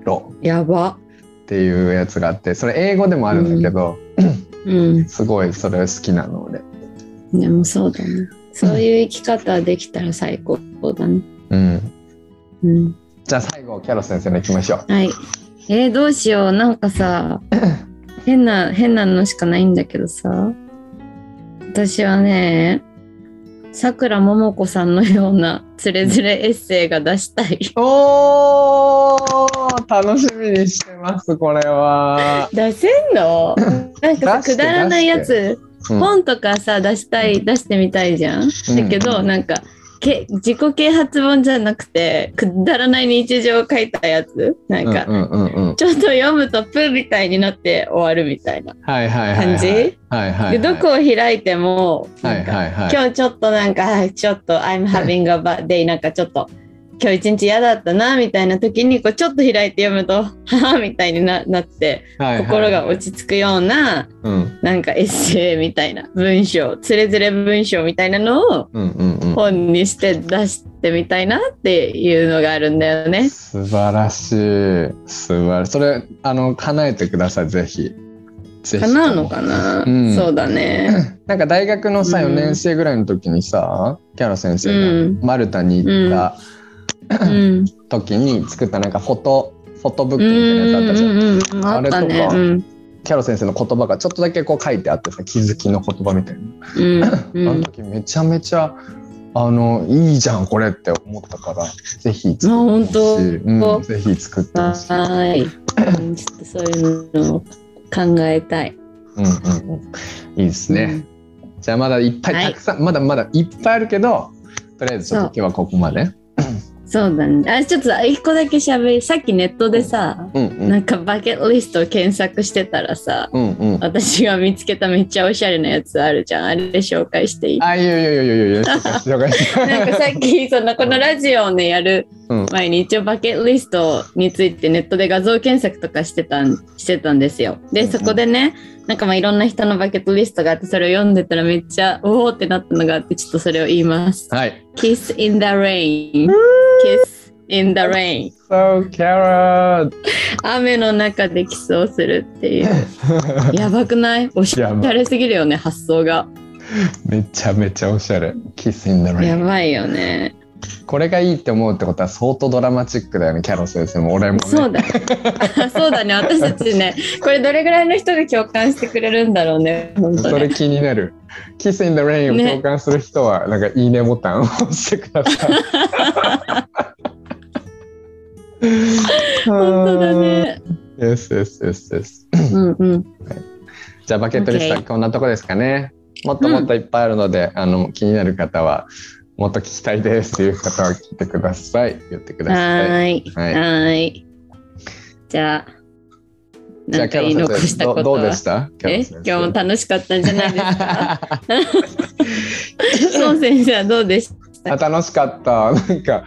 ろやば。っていうやつがあってそれ英語でもあるんだけど、うん。すごいそれ好きなの俺。でもそうだね。そういう生き方できたら最高だね。うん、うん。じゃあ最後キャロ先生の行きましょう。はい。えー、どうしよう。なんかさ、変な、変なのしかないんだけどさ。私はね、さくらももこさんのようなつれづれエッセイが出したい。おー楽しみにしてますこれは。出せんのなんかさ出しくてだらないや出つうん本とかさ出したい出してみたいじゃん。だけど、なんかけ自己啓発本じゃなくてくだらない日常を書いたやつなんか、うんうんうんうんちょっと読むとプーみたいになって終わるみたいな。はいはいはいはい感じはいはいはでいどこを開いてもはないんかはいはい今日ちょっとなんかあちょっと I'm having a bad day なんかちょっと今日一日嫌だったなみたいな時にこうちょっと開いて読むと はぁみたいにななってはいはい心が落ち着くようなうんなんかエッセイみたいな文章つれづれ文章みたいなのをうんうんうん本にして出してみたいなっていうのがあるんだよね。素晴らしい素晴らしいそれあの叶えてくださいぜひぜひとも叶うのかな、うんそうだ ね。なんか大学のさうん4年生ぐらいの時にさ、キャロ先生がマルタに行ったうん。時に作ったなんかフォトフォトブッうんクみたいなやつあったじゃん、うんうんあったねあれ。とうかんキャロ先生の言葉がちょっとだけこう書いてあってさ気づきの言葉みたいな、うんうあ のん時めちゃめちゃあのいいじゃんこれって思ったからぜひ作ってあほ本当しい、うん、ぜひ作ってほしい、はーい。うんちょっとそういうのを考えたい。うんうんうん、いいですね、じゃあまだいっぱいはいたくさん、まだまだいっぱいあるけどとりあえずちそうょっと今日はここまで。うん。そうだね。あ、ちょっと一個だけ喋り、さっきネットでさ、うんうんなんかバケットリストを検索してたらさ、うんうん、私が見つけためっちゃおしゃれなやつあるじゃん。あれ紹介していいあいやいやいやいやいや紹介し 紹介しなんかさっきそのこのラジオをねやるうん前に一応バケットリストについてネットで画像検索とかしてたんしてたんですよ。うんでうんそこでねなんかまあいろんな人のバケットリストがあってそれを読んでたらめっちゃおおってなったのがあってちょっとそれを言います。はい。 Kiss in the rain Kiss in the rain So carrot! 雨の中でキスをするっていうやばくないおしゃれすぎるよね発想がめちゃめちゃおしゃれ。Kiss in the や rain. ばいよねこれがいいって思うってことは相当ドラマチックだよね、キャロ先生も俺もね。そうだね。 そうだね。私たちね、これどれぐらいの人が共感してくれるんだろうね。本当それね。気になる。Kiss in the rain をね共感する人は、なんかいいねボタンを 押してください。 本当だ。 ね。 Yes, yes, yes, yes. うんうん。じゃあバケットリストは OK こんなとこですかね。もっともっといっぱいあるので、あの気になる方はもっと聞きたいですという方は聞いてください。言ってくはださい。ーい。ははい。ーい。じゃあ、じゃなあんキかャ言いロ残先した生ことどどうはでし。た？キャロえ先生今日も楽しかったんじゃないです かあ孫先生はどうでした楽しかった。 なんか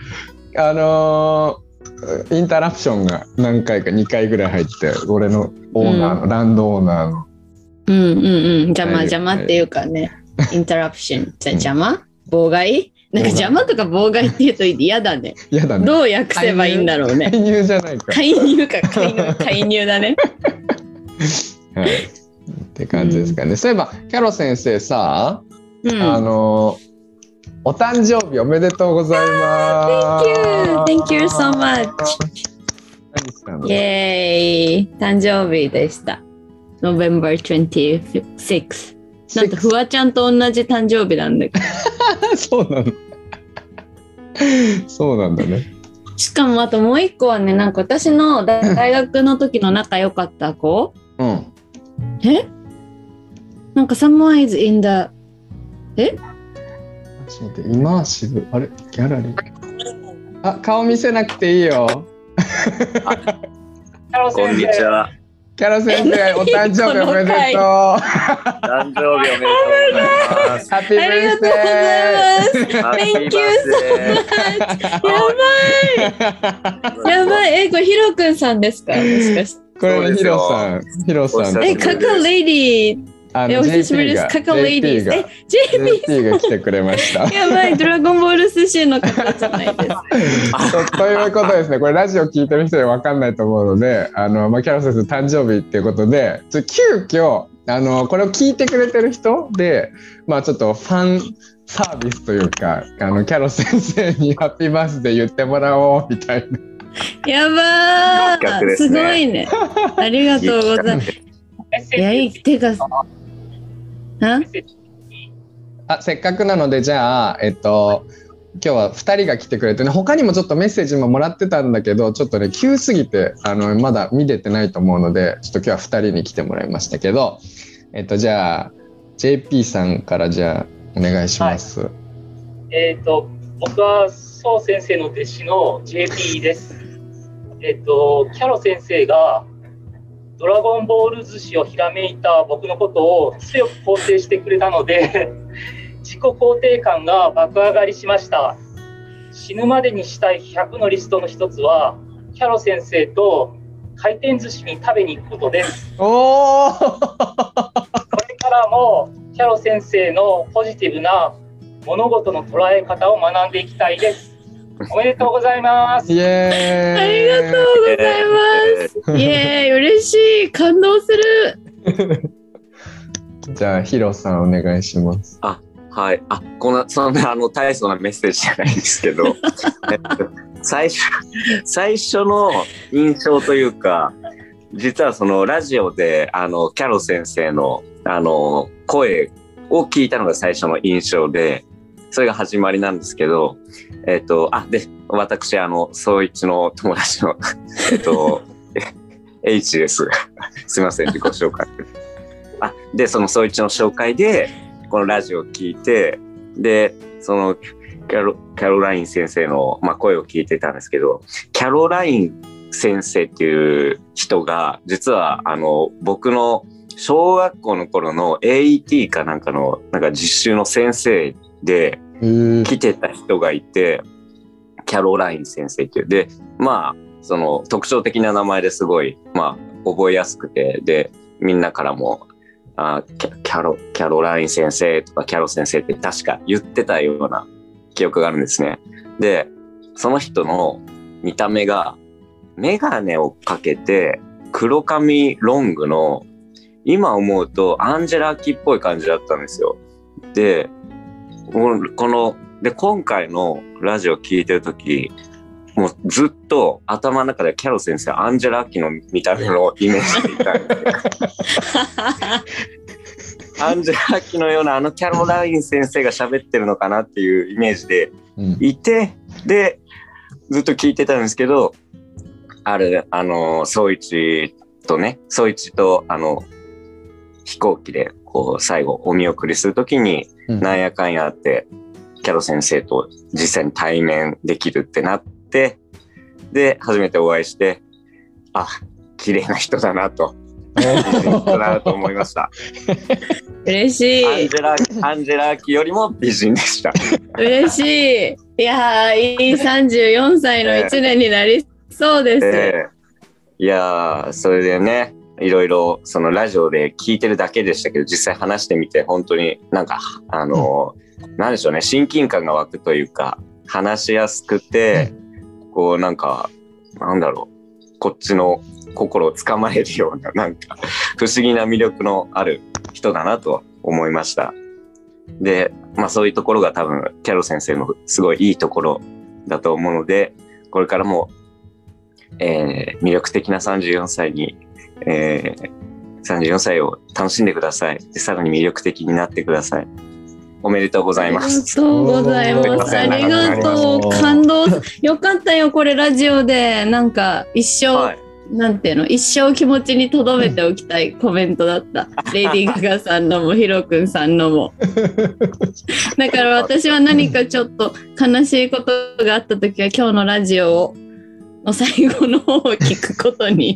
あのーインタラプションが何回か2回ぐらい入って俺のオーナーの、ランドオーナーのうんうんうん。邪魔はい邪魔っていうかね。インタラプション。じゃあ邪魔妨害なんか邪魔とか妨害って言うと嫌だね。嫌だねどう訳せばいいんだろうね。介入じゃないか、介入か介入介入だ ね。はい、って感じですかね、そういえばキャロ先生さうん。あのお誕生日おめでとうございます。 Thank you. Thank you so much. 何したのイエーイ誕生日でした。November 26. なんとフワちゃんと同じ誕生日なんだけそうなの。そうなんだね。ど。しかもあともう一個はね、なんか私の大大学の時の仲良かった子。うん。えなんか someone is in the ちょっと待って、イマーシブ、あれ、ギャラリー。あ、顔見せなくていいよ。こんにち は。キャロ先え生、お誕生日 おめでとう。誕生日おめでとうございます。ハッピーあブりがとうリスございデます Thank you so much! やばいやばい。いえ、これヒロくんさんですかもしかして。ー。これそうね、ですヒよロさん、ヒロさんと。おえ、久しぶカカレディあえ、のお久しぶりです。カカオレイディー JP ズ。がえ、JP JP が来てくれました。やばい、ドラゴンボール寿司の方じゃないですか。とということですね、これラジオ聞いてる人で分かんないと思うので、あの、まあ、キャロ先生誕生日っていうことで、ちょ急遽、あの、これを聞いてくれてる人で、まあ、ちょっとファンサービスというか、あの、キャロ先生にハッピーバースデー言ってもらおう、みたいな。やば合ー格ですすねごいね。ありがとうございます。す。いや、いい、てか、ああ、せっかくなので、じゃあ、えっと、今日は2人が来てくれてね、他にもちょっとメッセージももらってたんだけど、ちょっとね、急すぎて、あの、まだ見れてないと思うので、ちょっと今日は2人に来てもらいましたけど、えっと、じゃあ、 JP さんからじゃあお願いします。えっ、と、僕は宋先生の弟子の JP です。えっ、と、キャロ先生が、ドラゴンボール寿司をひらめいた僕のことを強く肯定してくれたので、 自己肯定感が爆上がりしました。死ぬまでにしたい100のリストの一つは、キャロ先生と回転寿司に食べに行くことです。おお。これからもキャロ先生のポジティブな物事の捉え方を学んでいきたいです。おめでとうございます。イエーありイ。がとうございます。イエーイ、嬉しい、感動す る。じゃあヒロさんお願いします。はい。あ、こんな、そんな、あの、大層なメッセージじゃないんですけど、えっと最初、最初の印象というか、実はそのラジオで、あの、キャロ先生の、あの、声を聞いたのが最初の印象で、それが始まりなんですけど、えっと、あ、で、私、あの、総一の友達の、えっと、H です。すいません、自己紹介。あ、で、その総一の紹介で、このラジオを聞いてでそのキャロキャロライン先生の、まあ、声を聞いてたんですけどキャロライン先生っていう人が実はあの僕の小学校の頃の AET かなんかのなんか実習の先生でえー来てた人がいてキャロライン先生っていうでまあその特徴的な名前ですごい、まあ、覚えやすくてでみんなからもあキャキャロキャロライン先生とかキャロ先生って確か言ってたような記憶があるんですね。でその人の見た目が眼鏡をかけて黒髪ロングの今思うとアンジェラ・アキっぽい感じだったんですよ。でもうこので今回のラジオ聞いてる時もうずっと頭の中でキャロ先生アンジェラ・アキの見た目のイメージでいたんですよアンジェラ・アキのようなあのキャロライン先生が喋ってるのかなっていうイメージでうんいてでずっと聞いてたんですけどあるあの宗一とね宗一とあの飛行機でこう最後お見送りするときにうん なんやかんやあって、キャロ先生と実際に対面できるってなって、で、初めてお会いして、あ、綺麗な人だなと、美人だなと思い ました。嬉しアンいジ、ェラ、アンジェラアキよりも美人でした。嬉しい。いやー、 いい34歳の一年になりそうです。でいやー、それでね、いろいろそのラジオで聞いてるだけでしたけど、実際話してみて、本当になんか、あのー、なんでしょうね、親近感が湧くというか、話しやすくて、こうなんか、なんだろう、こっちの心をつかまえるような、なんか、不思議な魅力のある人だなと思いました。で、まあそういうところが多分、キャロ先生のすごいいいところだと思うので、これからもえー魅力的な34歳に、えー34歳を楽しんでくださいでさらに魅力的になってくださいおめでとうござあいりまがすとうございます。ありがとう。感動。よかったよ、これラジオで。なんか、一生、はいなんていうの、一生気持ちに留めておきたいコメントだった。レディー・ガガさんのも、ヒロ君さんの も。だから私は何かちょっと悲しいことがあった時は、今日のラジオを、の最後の方を聞くことに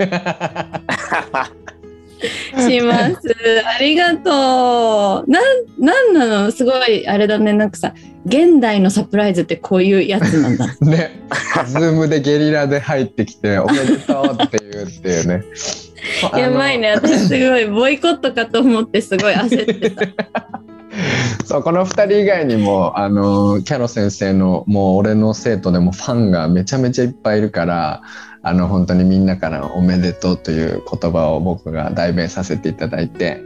します。ありがとう。なん、なんなのすごい、あれだね。なんかさ、現代のサプライズってこういうやつなんだ。ね、ズームでゲリラで入ってき て、おめでとうって言うっていうね。あのやばいね。私すごい、ボイコットかと思ってすごい焦って た。そうこの2人以外にもあのキャロ先生のもう俺の生徒でもファンがめちゃめちゃいっぱいいるからあの本当にみんなから「おめでとう」という言葉を僕が代弁させていただいて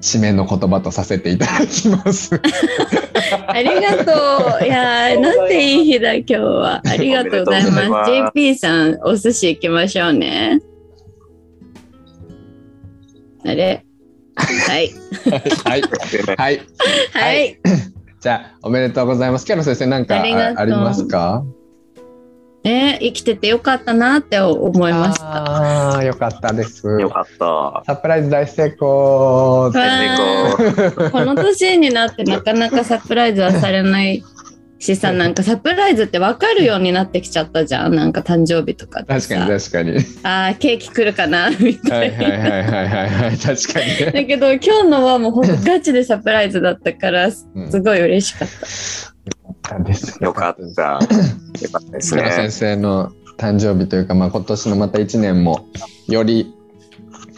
締めの言葉とさせていただ きます。ありがとう。いやー、なんていい日だ、今日 は。ありがとうございおめでとうごます。ざいます JP さん、お寿司行きましょうね。あ れはい。はい、はい、はい。じゃあおめでとうございます。キャロ先生なんかありがとうあありますかね、生きててよかったなって思いました。ああ、よかったです。よかった。サプライズ大成功。わ大成この年になってなかなかサプライズはされないしさ、なんかサプライズって分かるようになってきちゃったじゃん。なんか誕生日とかって確さ。かに確かに。ああ、ケーキ来るかなみはたいいな。はいはいはいはい はい確かに。だけど今日のはもうほんとガチでサプライズだったからすうんごい嬉しかっ功。よかった。よかったです菅野ね先。生の誕生日というか、まあ、今年のまた1年もより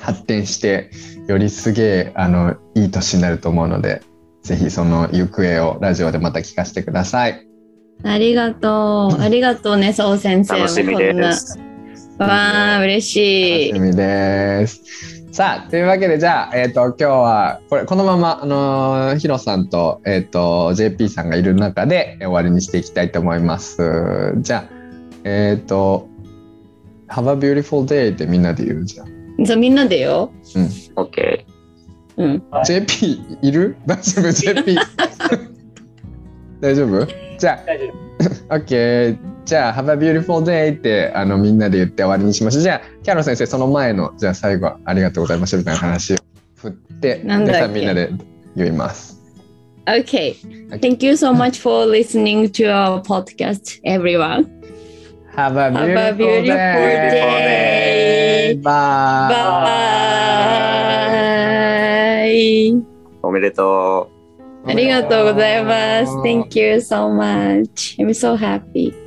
発展してよりすげえあのいい年になると思うのでぜひその行方をラジオでまた聞かせてください。た。ありがとう。ありがとうね、そう先生。楽しみです。こんな。わあ、嬉しい楽し。みですさあというわけでじゃあ、えー、と今日はこれこのまま、あのーヒロさんと,、えー、と JP さんがいる中でえー終わりにしていきたいと思います。じゃあえっ、と「Have a beautiful day」ってみんなで言うじゃん。そうみんなでよ。オッケうん。 JP いる大丈夫 ?JP 大丈夫じゃ大丈夫です。あ OK じゃあ Have a beautiful day ってあのみんなで言って終わりにしましょうじゃあキャロ先生その前のじゃあ最後ありがとうございましたみたいな話を振ってなんだっけでさみんなで言います。 Okay. Thank you so much for listening to our podcast, everyone. Have a Have a beautiful beautiful day! day. Bye! Bye. ー。おめでとう。ありがとうございます。Thank you so much. I'm so happy.